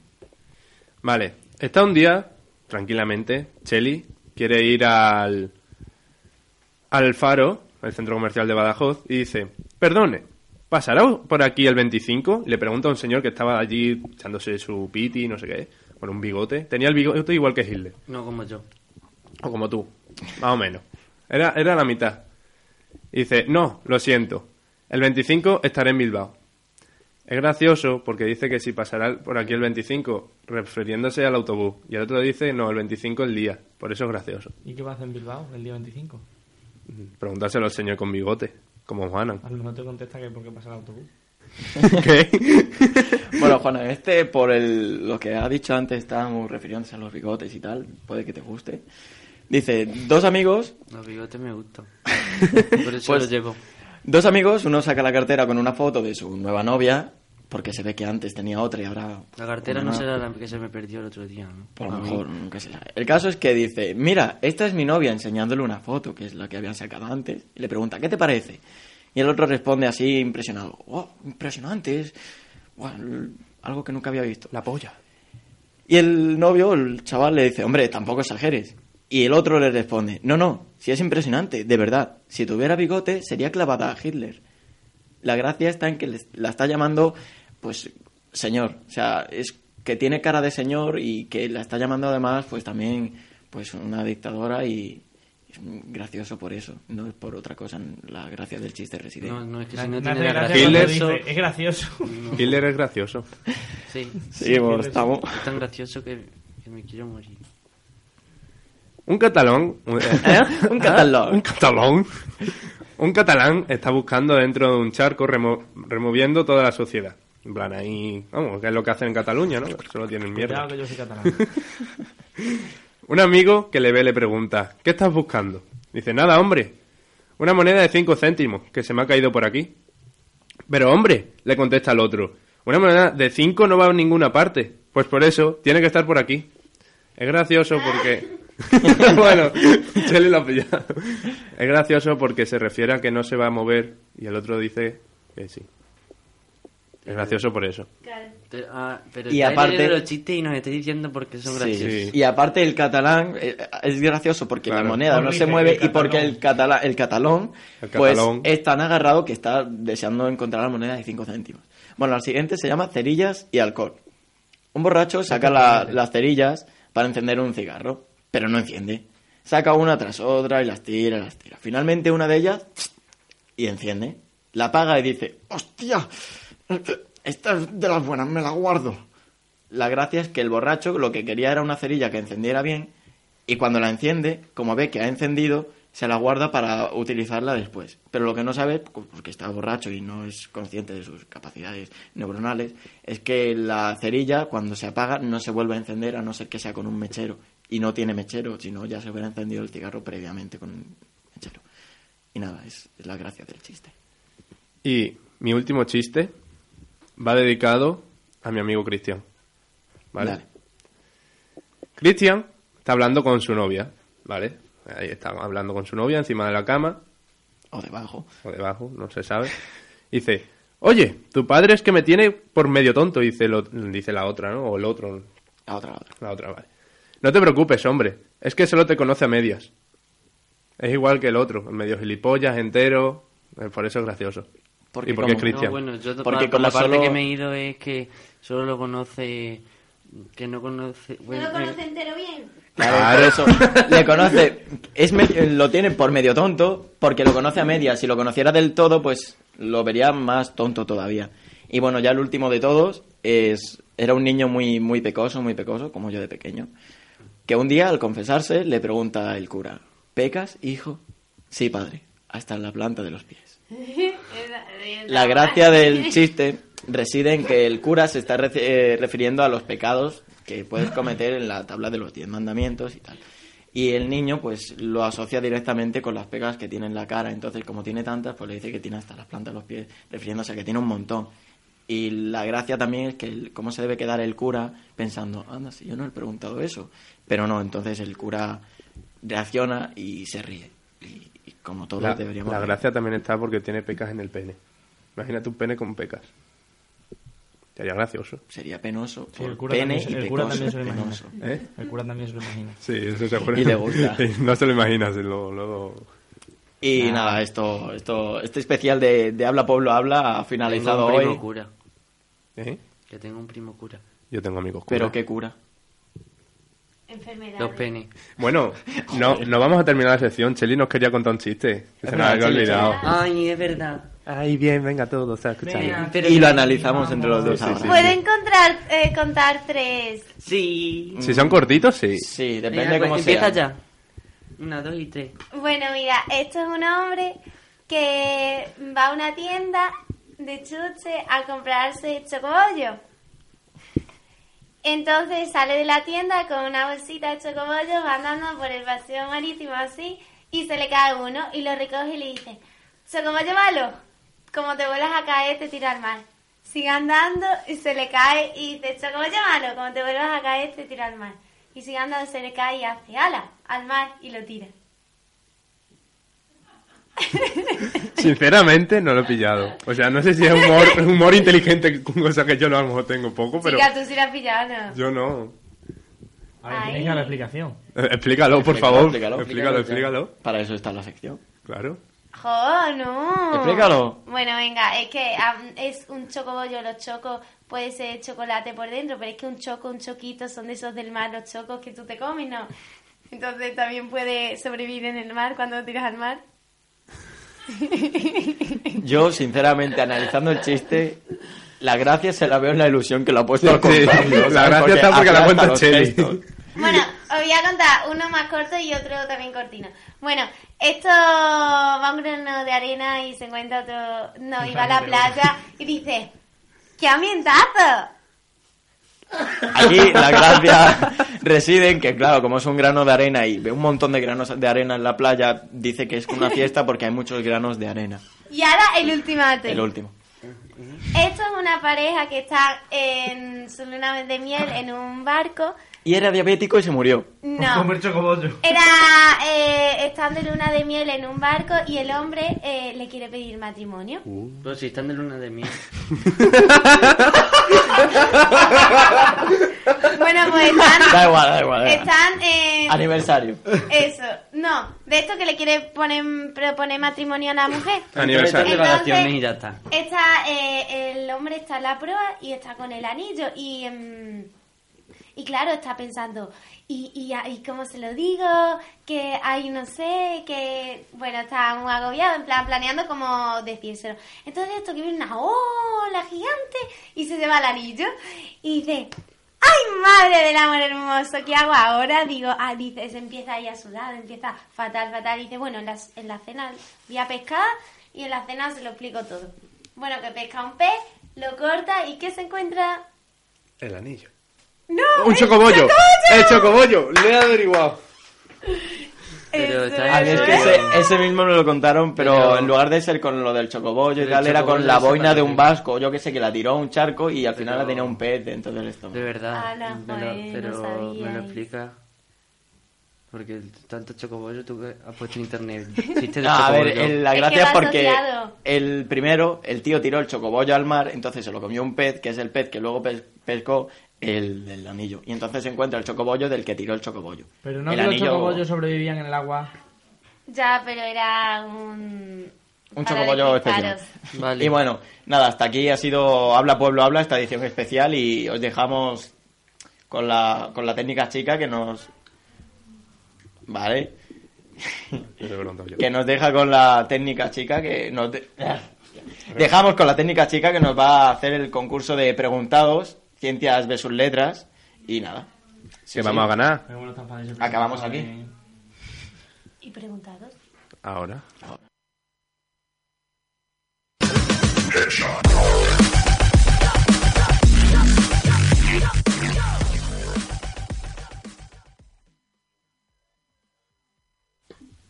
B: Vale, está un día, tranquilamente, Cheli quiere ir al, al Faro, el centro comercial de Badajoz, y dice, perdone, ¿pasará por aquí el 25? Le pregunta a un señor que estaba allí echándose su piti, no sé qué, con un bigote. Tenía el bigote igual que Hitler.
H: No como yo.
B: O como tú, más o menos. Era, era la mitad. Y dice, no, lo siento. El 25 estaré en Bilbao. Es gracioso porque dice que si pasará por aquí el 25, refiriéndose al autobús. Y el otro dice, no, el 25 el día. Por eso es gracioso.
A: ¿Y qué va a hacer en Bilbao el día 25?
B: Preguntárselo al señor con bigote, como Juanan.
A: A lo mejor te contesta que por qué pasa el autobús.
E: Bueno, Juana, este por el, lo que ha dicho antes, estábamos refiriéndose a los bigotes y tal, puede que te guste. Dice, dos amigos
H: Los bigotes
E: [laughs]
H: me gustan. Por eso
E: Pues,
H: los llevo.
E: Dos amigos, uno saca la cartera con una foto de su nueva novia, porque se ve que antes tenía otra y ahora...
H: La cartera
E: una-
H: no será la que se me perdió el otro día, ¿no?
E: Por
H: A
E: lo
H: mí.
E: mejor, nunca se sabe. El caso es que dice, mira, esta es mi novia enseñándole una foto, que es la que habían sacado antes. Y le pregunta, ¿qué te parece? Y el otro responde así, impresionado. ¡Oh, impresionante! Es buah, l- algo que nunca había visto. La polla. Y el novio, el chaval, le dice, hombre, tampoco exageres. Y el otro le responde, no, no, si es impresionante, de verdad. Si tuviera bigote, sería clavada a Hitler. La gracia está en que les- la está llamando, pues, señor. O sea, es que tiene cara de señor y que la está llamando además, pues también, pues una dictadora y es gracioso por eso. No es por otra cosa la gracia del chiste reside.
H: No, no, es que
A: Na-
H: si no
A: nace
H: tiene la
A: gracia
H: gracia...
A: cuando
H: Hitler-
A: dice, es gracioso.
H: [laughs]
B: Hitler es gracioso.
H: Sí.
E: Sí, Sí, bueno, Hitler- estamos-
H: Es tan gracioso que, que me quiero morir.
B: Un catalán. Un, eh,
E: [laughs] ¿Eh? Un catalán.
B: Un catalán. Un catalán está buscando dentro de un charco remo- removiendo toda la sociedad. En plan, ahí. Vamos, que es lo que hacen en Cataluña, ¿no? Solo tienen mierda.
A: Cuidado que yo soy
H: [laughs]
A: catalán.
B: Un amigo que le ve le pregunta: ¿Qué estás buscando? Dice: Nada, hombre. Una moneda de 5 céntimos que se me ha caído por aquí. Pero, hombre, le contesta el otro: Una moneda de 5 no va a ninguna parte. Pues por eso, tiene que estar por aquí. Es gracioso porque. [laughs] bueno, Chele lo ha pillado. Es gracioso porque se refiere a que no se va a mover y el otro dice que sí. Es gracioso por eso.
H: Pero, ah, pero
E: Y
H: y aparte...
E: aparte-
H: los chistes y nos estáis diciendo porque son graciosos.
E: Sí. Y aparte el catalán eh, es gracioso porque
H: Claro.
E: la moneda no
H: Corrige
E: se
H: el
E: mueve y
H: catalán.
E: porque el, catala- el catalón
B: El
E: pues
B: catalón.
E: es tan agarrado que está deseando encontrar la moneda de 5 céntimos. Bueno, el siguiente se llama cerillas y alcohol. Un borracho saca la- las cerillas para encender un cigarro, pero no enciende. Saca una tras otra y las tira, las tira. Finalmente una de ellas y enciende. La apaga y dice, ¡hostia! Esta es de las buenas, me la guardo. La gracia es que el borracho lo que quería era una cerilla que encendiera bien y cuando la enciende, como ve que ha encendido, se la guarda para utilizarla después. Pero lo que no sabe, pues, porque está borracho y no es consciente de sus capacidades neuronales, es que la cerilla cuando se apaga no se vuelve a encender a no ser que sea con un mechero. Y no tiene mechero, sino ya se hubiera encendido el cigarro previamente con un mechero. Y nada, es, es la gracia del chiste.
B: Y mi último chiste va dedicado a mi amigo Cristian. ¿Vale?
E: Dale.
B: Cristian está hablando con su novia, ¿vale? Ahí estaba hablando con su novia encima de la cama.
E: O debajo.
B: O debajo, no se sabe. Dice, oye, tu padre es que me tiene por medio tonto, dice, lo- dice la otra, ¿no? O el otro.
E: La otra, la otra.
B: La otra, vale. No te preocupes, hombre. Es que solo te conoce a medias. Es igual que el otro, medio gilipollas, entero. eh, Por eso es gracioso. y porque es cristiano.
H: No, bueno, yo to-
E: Porque
H: por
E: como
H: la parte
E: solo-
H: que me he ido es que solo lo conoce... Que no conoce...
M: ¿No
H: bueno,
M: lo
H: eh,
M: conoce entero bien?
E: Claro, eso. Le conoce. Es me- lo tiene por medio tonto porque lo conoce a medias. Si lo conociera del todo, pues lo vería más tonto todavía. Y bueno, ya el último de todos es era un niño muy muy pecoso, muy pecoso, como yo de pequeño. Que un día al confesarse le pregunta el cura, "¿Pecas, hijo?" "Sí, padre, hasta la planta de los pies." La gracia del chiste reside en que el cura se está reci- eh, refiriendo a los pecados que puedes cometer en la tabla de los diez mandamientos y tal. Y el niño pues lo asocia directamente con las pegas que tiene en la cara. Entonces, como tiene tantas, pues le dice que tiene hasta las plantas de los pies, refiriéndose a que tiene un montón. Y la gracia también es que el- cómo se debe quedar el cura pensando, anda, si yo no he preguntado eso. Pero no, entonces el cura reacciona y se ríe. Y, y como todos
B: La,
E: Pues deberíamos...
B: la
E: reír.
B: gracia también está porque tiene pecas en el pene. Imagínate un pene con pecas. Sería gracioso.
E: Sería penoso.
A: Sí, el cura, también, se- el cura también se lo imagina. El cura también se lo imagina.
B: Sí, eso seguro.
E: Y le
B: [laughs]
E: gusta.
B: no se lo imaginas. Luego, luego...
E: Y nada, esto, esto, este especial de, de Habla Pueblo Habla ha finalizado
H: tengo un primo
E: hoy.
H: cura.
B: ¿Eh?
H: Que tengo un primo cura.
B: Yo tengo amigos curas.
E: Pero qué cura.
M: Enfermedad.
H: Los penes.
B: Bueno, no, no vamos a terminar la sección. Cheli nos quería contar un chiste. Que se nos había olvidado.
H: Ay, es verdad.
B: Ay, bien, venga todos a
H: escuchar.
B: escuchar.
E: Y lo analizamos entre los dos ahora.
M: Puedo encontrar, eh, contar tres.
H: Sí.
B: Si son cortitos, sí.
E: Sí,
H: Venga,
E: depende cómo
H: pues,
E: sea.
H: Empieza ya. Una, dos y tres.
M: Bueno, mira, esto es un hombre que va a una tienda de chuche a comprarse chocobollo. Entonces sale de la tienda con una bolsita de chocobollo, va andando por el paseo marítimo así, y se le cae uno y lo recoge y le dice, chocobollo malo, como te vuelvas a caer te tiro al mar. Sigue andando y se le cae y dice, chocobollo malo, como te vuelvas a caer te tiro al mar. Y sigue andando, se le cae y hace, ala, al mar y lo tira.
B: Sinceramente, no lo he pillado. O sea, no sé si es humor, humor inteligente, cosa que yo a lo mejor tengo poco, pero
M: Chica, tú sí la has pillado, ¿no?
B: yo no.
A: A ver,
M: Ay.
A: venga, la explicación.
B: Eh, [laughs] Explícalo, por
E: Explícalo,
B: favor.
E: explícalo,
B: Explícalo, explícalo.
E: explícalo, Para eso está la sección.
B: Claro.
M: ¡Jo, no!
E: Explícalo.
M: Bueno, venga, es que am, es un chocobollo, los chocos puede ser chocolate por dentro, pero es que un choco, un choquito son de esos del mar, los chocos que tú te comes, ¿no? Entonces también puede sobrevivir en el mar cuando lo tiras al mar.
E: Yo, sinceramente, analizando el chiste, la gracia se la veo en la ilusión que lo ha puesto al
B: Sí, sí.
E: contarlo, ¿sabes?
B: La gracia está porque la
E: aplasta
B: cuenta
E: los
B: Cheli.
E: gestos.
M: Bueno, os voy a contar uno más corto y otro también cortino. Bueno, esto va un grano de arena y se encuentra otro... No, iba a la playa y dice... ¡Qué ambientazo!
E: Aquí la gracia reside en que, claro, como es un grano de arena y ve un montón de granos de arena en la playa, dice que es una fiesta porque hay muchos granos de arena.
M: Y ahora el ultimátum.
E: El último.
M: Esto es una pareja que está en su luna de miel en un barco.
E: Y era diabético y se murió.
M: No,
A: chocobollo.
M: era eh, están de luna de miel en un barco y el hombre eh, le quiere pedir matrimonio.
E: Uh.
H: Pero Pues si están de luna de miel.
M: Bueno,
E: [laughs]
M: pues están,
E: Da igual, da igual. da igual.
M: están eh,
E: Aniversario.
M: eso, no, de esto que le quiere poner proponer matrimonio a la mujer.
B: Aniversario.
H: Están de
M: Entonces-
H: vacaciones y ya está.
M: Está, eh, el hombre está en la prueba y está con el anillo y... em, y claro, está pensando, ¿y, y, a- y cómo se lo digo? Que hay, no sé, que... Bueno, está muy agobiado, en plan, planeando cómo decírselo. Entonces esto que viene una ola gigante y se lleva el anillo y dice... ¡Ay, madre del amor hermoso! ¿Qué hago ahora? Digo, ah, dice, se empieza ahí a sudar, empieza fatal, fatal. Dice, bueno, en la, en la cena voy a pescar y en la cena se lo explico todo. Bueno, que pesca un pez, lo corta y ¿qué se encuentra?
B: El anillo.
M: ¡No!
B: ¡Un
M: es
B: chocobollo! ¡El chocobollo! Le he averiguado. Ah,
M: Eso
H: Pero está-
E: A mí es que ese, ese mismo me lo contaron, pero,
H: Pero-
E: en lugar de ser con lo del chocobollo y
H: Del
E: tal, era con
H: chocobollo
E: la
H: se
E: boina de un
H: parece.
E: vasco, yo que sé, que la tiró a un charco y al final la tenía un pez dentro del estómago.
H: Ah, De verdad.
M: Ala,
H: me lo-
M: joder, no
H: pero
M: sabía
H: me
M: eso.
H: lo explica. Porque el- tanto chocobollo tú que has puesto en [laughs] internet. Chiste de Eh,
E: No,
L: Ah,
E: a ver,
H: chocobollo.
E: el- la
M: Es que
E: gracia es,
M: va
E: porque
M: asociado.
E: el primero, el tío tiró el chocobollo al mar, entonces se lo comió un pez, que es el pez que luego pes- pescó el del anillo. Y entonces se encuentra el chocobollo del que tiró el chocobollo.
A: Pero no
E: el
A: que los chocobollos sobrevivían en el agua.
M: Ya, pero era un...
E: Un
M: para
E: chocobollo especial.
M: despistaros.
E: Y bueno, nada, hasta aquí ha sido Habla Pueblo Habla, esta edición especial, y os dejamos con la, con la técnica chica que nos... Vale. Que nos deja con la técnica chica que nos... de- [laughs] Dejamos con la técnica chica que nos va a hacer el concurso de preguntados, ciencias versus letras, y nada.
B: Que vamos a ganar.
E: Acabamos aquí.
M: ¿Y preguntados?
B: Ahora.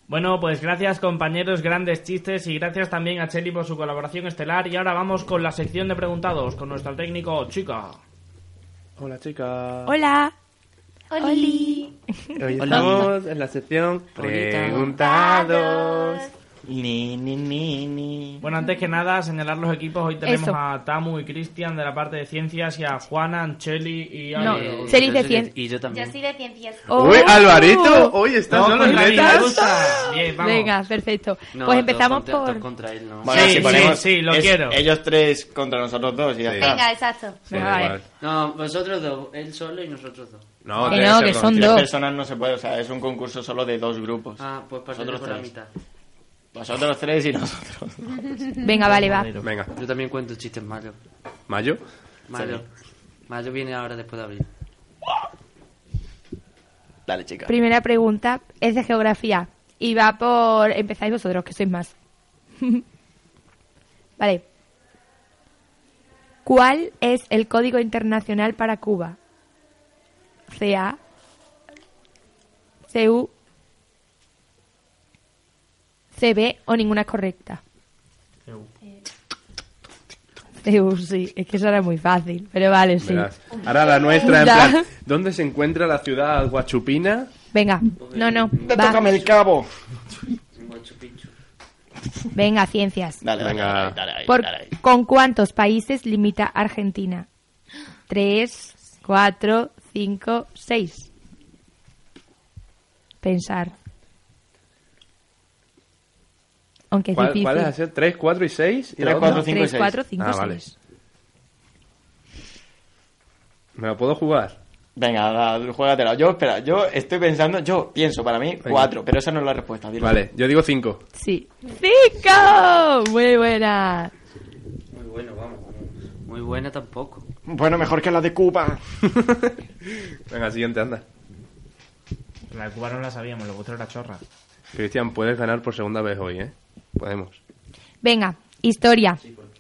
A: Bueno, pues gracias compañeros, grandes chistes y gracias también a Cheli por su colaboración estelar. Y ahora vamos con la sección de preguntados con nuestro técnico Chica.
B: Hola, chica.
L: Hola.
M: Oli.
B: Hoy estamos en la sección Preguntados.
E: Ni, ni, ni, ni.
A: Bueno, antes que nada, señalar los equipos. Hoy tenemos
L: Eso.
A: a Tamu y Cristian de la parte de ciencias y a Juana, Ancheli y a...
L: No,
A: Eh,
L: Cheli de cien-
H: Y yo
M: Yo
H: también.
M: soy de ciencias.
L: Oh.
B: Uy, Alvarito, hoy estás
A: No,
B: solo en
A: contra
B: letras.
A: Villalbasa. Bien, vamos.
L: Venga, perfecto.
H: No,
L: pues
H: todos
L: empezamos
H: contra- todos
L: por...
H: contra él, ¿no?
E: Bueno,
A: Sí,
E: si
A: sí,
E: ponemos
A: sí, lo
E: es-
A: quiero.
E: Ellos tres contra nosotros dos y ya está.
M: Venga, exacto.
L: Venga, a ver.
H: No, vosotros dos, él solo y nosotros dos.
B: No,
L: Que
B: debe
L: no,
B: ser
L: que
B: con-
L: son
E: Tres
L: dos.
E: personas no se puede, o sea, es un concurso solo de dos grupos.
H: Ah, pues partimos
E: Vosotros
H: por la
E: tres.
H: mitad.
E: Vosotros tres y nosotros.
L: Venga, vale, va.
B: Venga,
H: Yo también cuento chistes malos.
B: Mayo.
H: Mayo. Mayo viene ahora después de abril.
E: Dale, chica.
L: Primera pregunta es de geografía. Y va por... Empezáis vosotros, que sois más. [laughs] vale. ¿Cuál es el código internacional para Cuba? CA. CU. CB o ninguna es correcta. CU, sí. Es que eso era muy fácil. Pero vale, sí.
B: Verás. Ahora la nuestra, en
L: Ya.
B: plan, ¿dónde se encuentra la ciudad guachupina?
L: Venga. No, no. va.
E: Tócame el cabo.
L: Venga, ciencias.
E: Dale, dale,
B: Venga.
E: dale, dale, dale,
L: Por-
E: dale, dale.
L: ¿Con cuántos países limita Argentina? Tres, cuatro, cinco, seis. Pensar. Aunque es
B: ¿Cuál,
L: difícil.
B: ¿Cuál es hacer? ¿3, 4 y 6?
E: Tres, cuatro, cinco y
L: Tres,
E: seis.
L: cuatro, cinco,
B: Ah, vale.
L: seis.
B: ¿Me lo puedo jugar?
E: Venga, ahora juégatela. Yo, espera, yo estoy pensando, yo pienso para mí cuatro, pero esa no es la respuesta. dilo.
B: Vale, yo digo 5.
L: Sí. ¡Cinco! Muy buena.
H: Muy bueno, vamos. Muy buena tampoco.
E: Bueno, mejor que la de Cuba.
B: Venga, siguiente, anda.
A: La de Cuba no la sabíamos, lo otro era chorra.
B: Cristian, puedes ganar por segunda vez hoy, ¿eh? Podemos.
L: Venga, historia.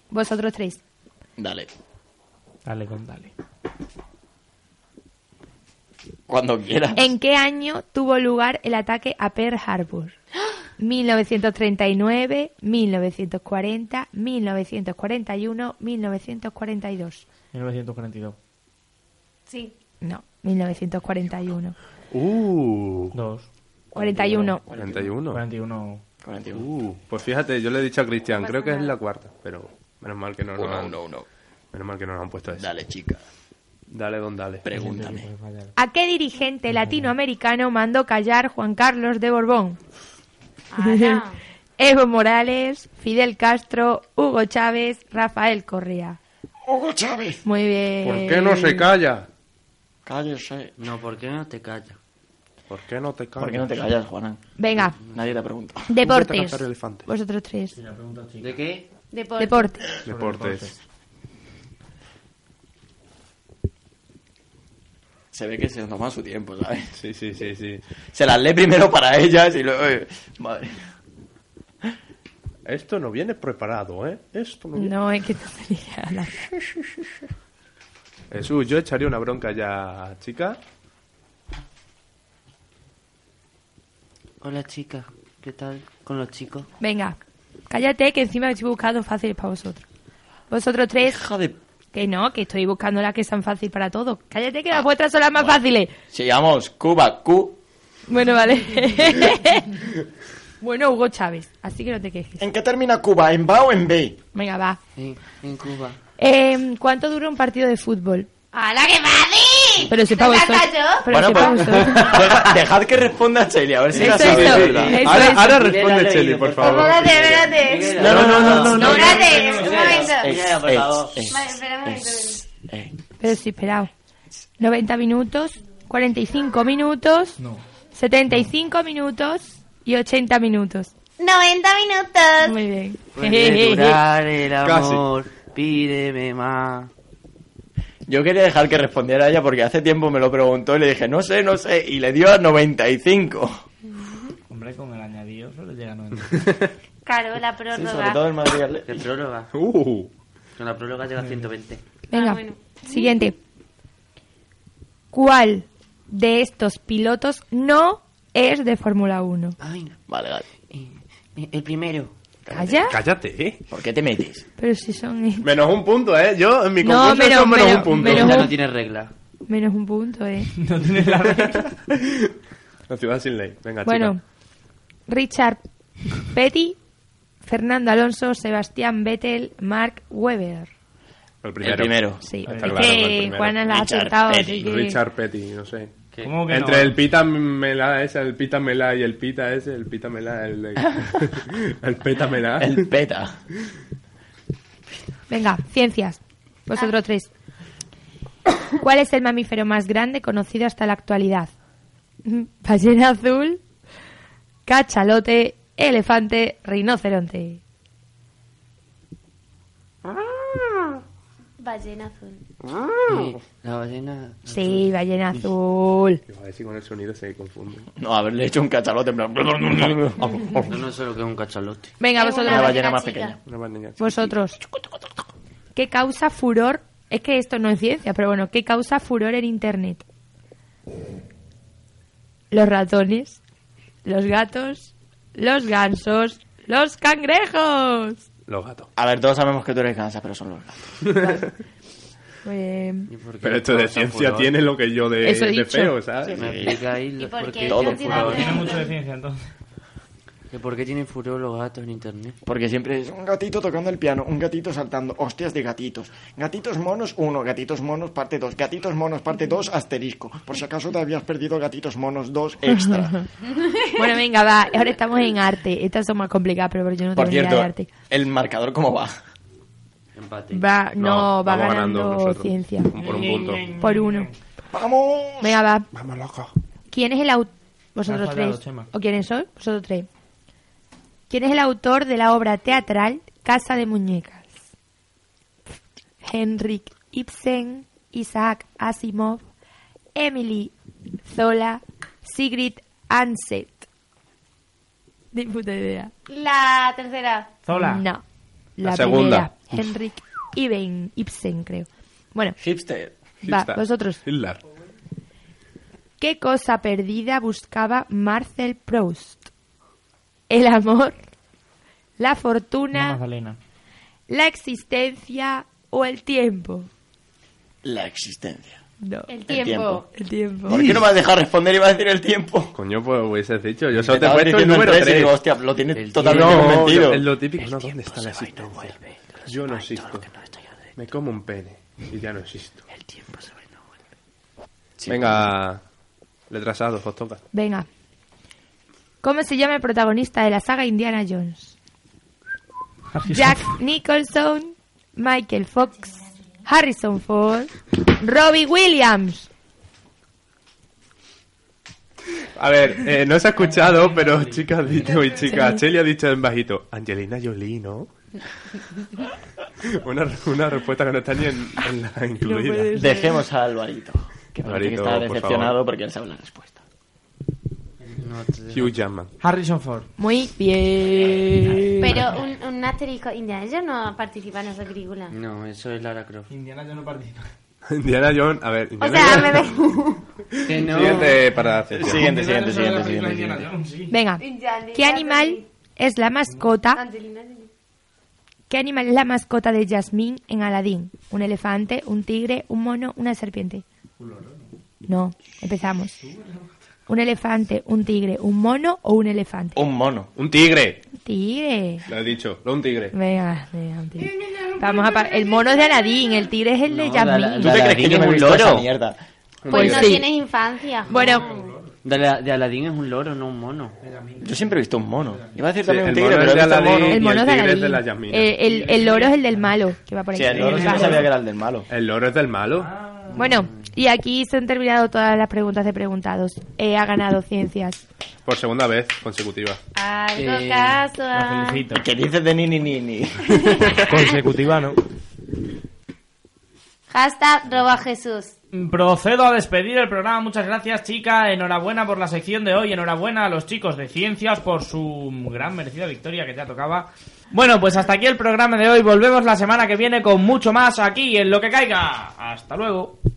L: Vosotros tres.
E: Dale.
A: Dale, contale.
E: Cuando quieras.
L: ¿En qué año tuvo lugar el ataque a Pearl Harbor? [gasps] 1939, 1940, 1941, 1942.
A: 1942.
M: Sí.
L: No, 1941.
B: ¡Uh!
A: 2.
L: 41.
B: 41.
A: 41.
E: 41.
B: Uh, pues fíjate, yo le he dicho a Cristian,
M: No
B: creo
M: pasa
B: que es
M: nada.
B: la cuarta, pero menos mal que no nos
E: Uno,
B: han,
E: uno, uno.
B: menos mal que no nos han puesto eso.
E: Dale, chica.
B: Dale, don, dale.
E: Pregúntame.
L: ¿A qué dirigente latinoamericano mandó callar Juan Carlos de Borbón?
M: Ana.
L: Evo Morales, Fidel Castro, Hugo Chávez, Rafael Correa.
E: Hugo Chávez.
L: Muy
H: Eh,
L: bien.
B: ¿Por qué no se calla?
E: Cállese.
H: No, ¿por qué no te callas?
B: ¿Por qué no te callas?
E: ¿Por qué no te callas, Juanan?
L: Venga,
E: Nadie te pregunta.
L: deportes.
B: cazar elefantes.
L: Vosotros tres.
H: ¿De qué?
M: Deporte.
L: Deportes.
B: Deportes.
E: Se ve que se toma su tiempo, ¿sabes?
B: Sí, sí, sí, sí.
E: Se las lee primero para ellas y luego... eh, Madre.
B: Esto no viene preparado, ¿eh? Esto no viene...
L: No, es que no tenía nada.
B: Jesús, yo echaría una bronca ya, chica.
H: Hola, chicas. ¿Qué tal con los chicos?
L: Venga, cállate que encima estoy buscando fáciles para vosotros. Vosotros tres,
E: Hija de...
L: que no, que estoy
H: Ah.
L: buscando las que sean fáciles para todos. Cállate que las vuestras son las más fáciles.
E: Sigamos. Cuba, Q.
L: Bueno, vale. [laughs] bueno, Hugo Chávez, así que no te quejes.
E: ¿En qué termina Cuba? ¿En B o en B?
L: Venga, va.
H: En, en Cuba.
L: Eh, ¿Cuánto dura un partido de fútbol?
M: ¡Hala, que mami!
L: Pero sepa
M: ¿Te
L: vosotros-
M: saca yo?
L: Pero Bueno, sepa pues- vosotros.
E: [laughs]
L: [laughs]
E: Deja- dejad que responda Cheli, a ver si la
L: Eso,
E: sabe.
L: eso,
E: de verdad.
B: Eh,
L: eso, Ahora- eso. ahora
B: responde Cheli, por favor.
M: Espérate, espérate.
E: No, no, no, no, Eh, no, no.
M: Espérate, un momento.
E: Ex,
M: Vale,
E: ex,
M: espera un momento.
E: eh.
L: Pero sí, esperado. 90 minutos, 45 minutos,
M: No.
L: 75 minutos y 80 minutos.
M: 90 minutos.
L: Muy bien. [laughs]
H: Puede Pues durar el
E: Casi.
H: amor, pídeme más.
E: Yo quería dejar que respondiera ella porque hace tiempo me lo preguntó y le dije, no sé, no sé, y le dio a 95.
A: Hombre, con el añadido solo llega a 90.
M: Claro, la prórroga.
E: el Madrid Atlético.
H: De prórroga. Con la prórroga llega a 120.
L: Venga,
M: Ah, bueno.
L: siguiente. ¿Cuál de estos pilotos no es de Fórmula 1?
H: Ah,
E: Vale, vale.
H: El primero.
L: ¿Calla?
B: Cállate, ¿eh?
E: ¿Por qué te metes?
L: Pero si
B: [laughs]
L: son...
B: Menos un punto, ¿eh? Yo en mi
L: No,
B: concurso
L: menos-
B: son menos
L: menos-
B: un punto.
L: menos Ya no un-
H: tiene regla.
L: Menos un punto,
B: [laughs]
L: ¿eh?
A: No tienes la
B: La ciudad sin ley. Venga,
L: Bueno,
B: chica.
L: Richard Petty, Fernando Alonso, Sebastián Vettel, Mark Webber.
B: El primero.
E: El primero.
L: Sí,
B: Está
L: es
B: claro,
L: que
B: el primero.
L: Juana la ha Richard acertado, así Petty. que-
B: Richard Petty, no sé.
A: ¿Cómo que no?
B: Entre el pita melá ese, el pita melá y el pita ese, el pita melá, el, de- el peta melá.
E: El peta.
L: Venga, ciencias. Vosotros tres. ¿Cuál es el mamífero más grande conocido hasta la actualidad? Ballena azul, cachalote, elefante, rinoceronte.
M: Ballena azul.
H: Eh, la ballena.
L: Sí, ballena azul.
B: A ver si con el sonido se confunde.
E: No, haberle hecho un cachalote en plan... Una
H: Yo no sé lo que es un cachalote.
L: Venga, vosotros.
E: ballena más pequeña.
L: Vosotros. ¿Qué causa furor? Es que esto no es ciencia, pero bueno, ¿qué causa furor en Internet? Los ratones, los gatos, los gansos, los cangrejos.
B: Los gatos.
E: A ver, todos sabemos que tú eres gansa, pero son los gatos.
L: Muy bien.
B: Pero esto de ciencia tiene lo que yo de, ¿eh?
L: Eso he
B: de
L: dicho.
B: feo,
E: Eh,
B: ¿sabes?
H: Me explicáis lo- por qué
E: Todo
H: tienen
E: furor.
H: furor.
A: Tiene mucho de ciencia, entonces.
H: Que ¿Por qué tienen furor los gatos en internet?
E: Porque siempre es un gatito tocando el piano, un gatito saltando, hostias de gatitos. Gatitos monos 1, gatitos monos parte 2, gatitos monos parte 2, asterisco. Por si acaso te habías perdido gatitos monos 2 extra.
L: [laughs] Bueno, venga, va. Ahora estamos en arte. Estas son más complicadas, pero yo no
E: Por
L: tengo ni idea de
E: cierto,
L: arte.
E: ¿el marcador cómo va?
H: Empate.
L: Va, no,
B: No,
L: va
B: vamos
L: ganando,
B: ganando nosotros.
L: ciencia.
B: Por un punto.
L: Por uno.
E: ¡Vamos!
L: Venga, va.
B: Vamos, loco.
L: ¿Quién es el autor?
A: Me
L: Vosotros
A: has fallado,
L: tres. Oh,
A: Chema.
L: ¿O quiénes sois? Vosotros tres. ¿Quién es el autor de la obra teatral Casa de Muñecas? Henrik Ibsen, Isaac Asimov, Emily Zola, Sigrid Anset. Ni puta idea.
M: La tercera.
A: Zola.
L: No. La,
B: La segunda.
L: primera. Henrik Ibsen, Ibsen, creo. Bueno,
E: Hipster.
L: va, vosotros.
B: Hitler.
L: ¿Qué cosa perdida buscaba Marcel Proust? El amor, la
A: Una
L: fortuna,
A: magdalena.
L: la existencia o el tiempo.
E: La existencia.
L: No.
M: El
E: tiempo.
M: tiempo.
L: El tiempo.
E: ¿Por qué no me has dejado responder y vas a decir el tiempo?
B: Coño, pues hubieses dicho. Yo solo te he
E: Estaba
B: puesto el
E: diciendo
B: número
E: tres y
B: 3.
E: digo, hostia, lo tiene
H: El
E: totalmente
B: no,
E: convencido.
B: es lo típico. No, ¿dónde está la existencia? Yo no existo. Me como un pene y ya no existo. Venga, letras A, dos, os toca.
L: Venga. ¿Cómo se llama el protagonista de la saga Indiana Jones? Jack Nicholson, Michael Fox, Harrison Ford, Robbie Williams.
B: A ver, eh, no se ha escuchado, pero chicas ha dicho- y chicas, Cheli ha dicho en bajito, Angelina Jolie, ¿no? [laughs] una, una respuesta que no está ni en, en la incluida.
E: Dejemos a Alvarito. Que parece que
B: Alvarito,
E: está
B: por
E: decepcionado
B: favor.
E: porque él sabe la respuesta.
B: Hugh Jackman.
A: Harrison Ford.
L: Muy bien.
M: Pero un, un asterisco. Indiana Jones no participa en esa película.
H: No, eso es Lara Croft.
A: Indiana yo no participa.
B: Indiana Jones, a ver.
M: O
B: Indiana
M: sea,
B: Jones.
M: me ve.
H: Que no.
B: [laughs] Siguiente para hacer.
E: Siguiente,
A: Indiana Jones sale en
E: siguiente, siguiente,
A: la película
E: siguiente.
A: Indiana
E: siguiente.
A: Jones, sí.
L: Venga. ¿Qué animal es la mascota?
M: Angelina Jolie.
L: ¿Qué animal es la mascota de Jasmine en Aladdin? ¿Un elefante, un tigre, un mono, una serpiente? No, empezamos. ¿Un elefante, un tigre, un mono o un elefante?
B: Un mono. Un tigre.
L: Tigre.
B: Lo he dicho. No un tigre.
L: Venga, venga, un tigre. Vamos a pa- el mono es de Aladín, el tigre es el de Jasmine.
E: ¿Tú te crees que yo me he visto esa
H: mierda?
M: Pues no
H: sí.
M: tienes infancia.
L: Bueno,
H: De, la- de Aladín es un loro, no un mono.
E: Yo siempre he visto un mono. Iba a decir
H: Sí,
E: también un
H: el
E: tigre,
H: mono
E: pero he
H: es de
E: visto un
H: Aladín
E: mono.
H: y el
L: mono es de
B: tigre es de
L: Aladín.
B: las Yasminas.
L: Eh, el, el loro es el del malo, que va por ahí.
E: Sí, el loro sí no sabía que era el del malo.
B: El loro es del malo.
L: Bueno, y aquí se han terminado todas las preguntas de preguntados. Eh, ha ganado ciencias.
B: Por segunda vez consecutiva.
M: Algo
B: Eh,
A: Ah.
L: Ah.
M: casual.
E: ¿Qué dices de ni ni ni ni?
B: Consecutiva, ¿no?
M: Hashtag roba Jesús.
A: Procedo a despedir el programa. Muchas gracias, chica. Enhorabuena por la sección de hoy. Enhorabuena a los chicos de ciencias por su gran merecida victoria que ya tocaba. Bueno, pues hasta aquí el programa de hoy. Volvemos la semana que viene con mucho más aquí en lo que caiga. Hasta luego.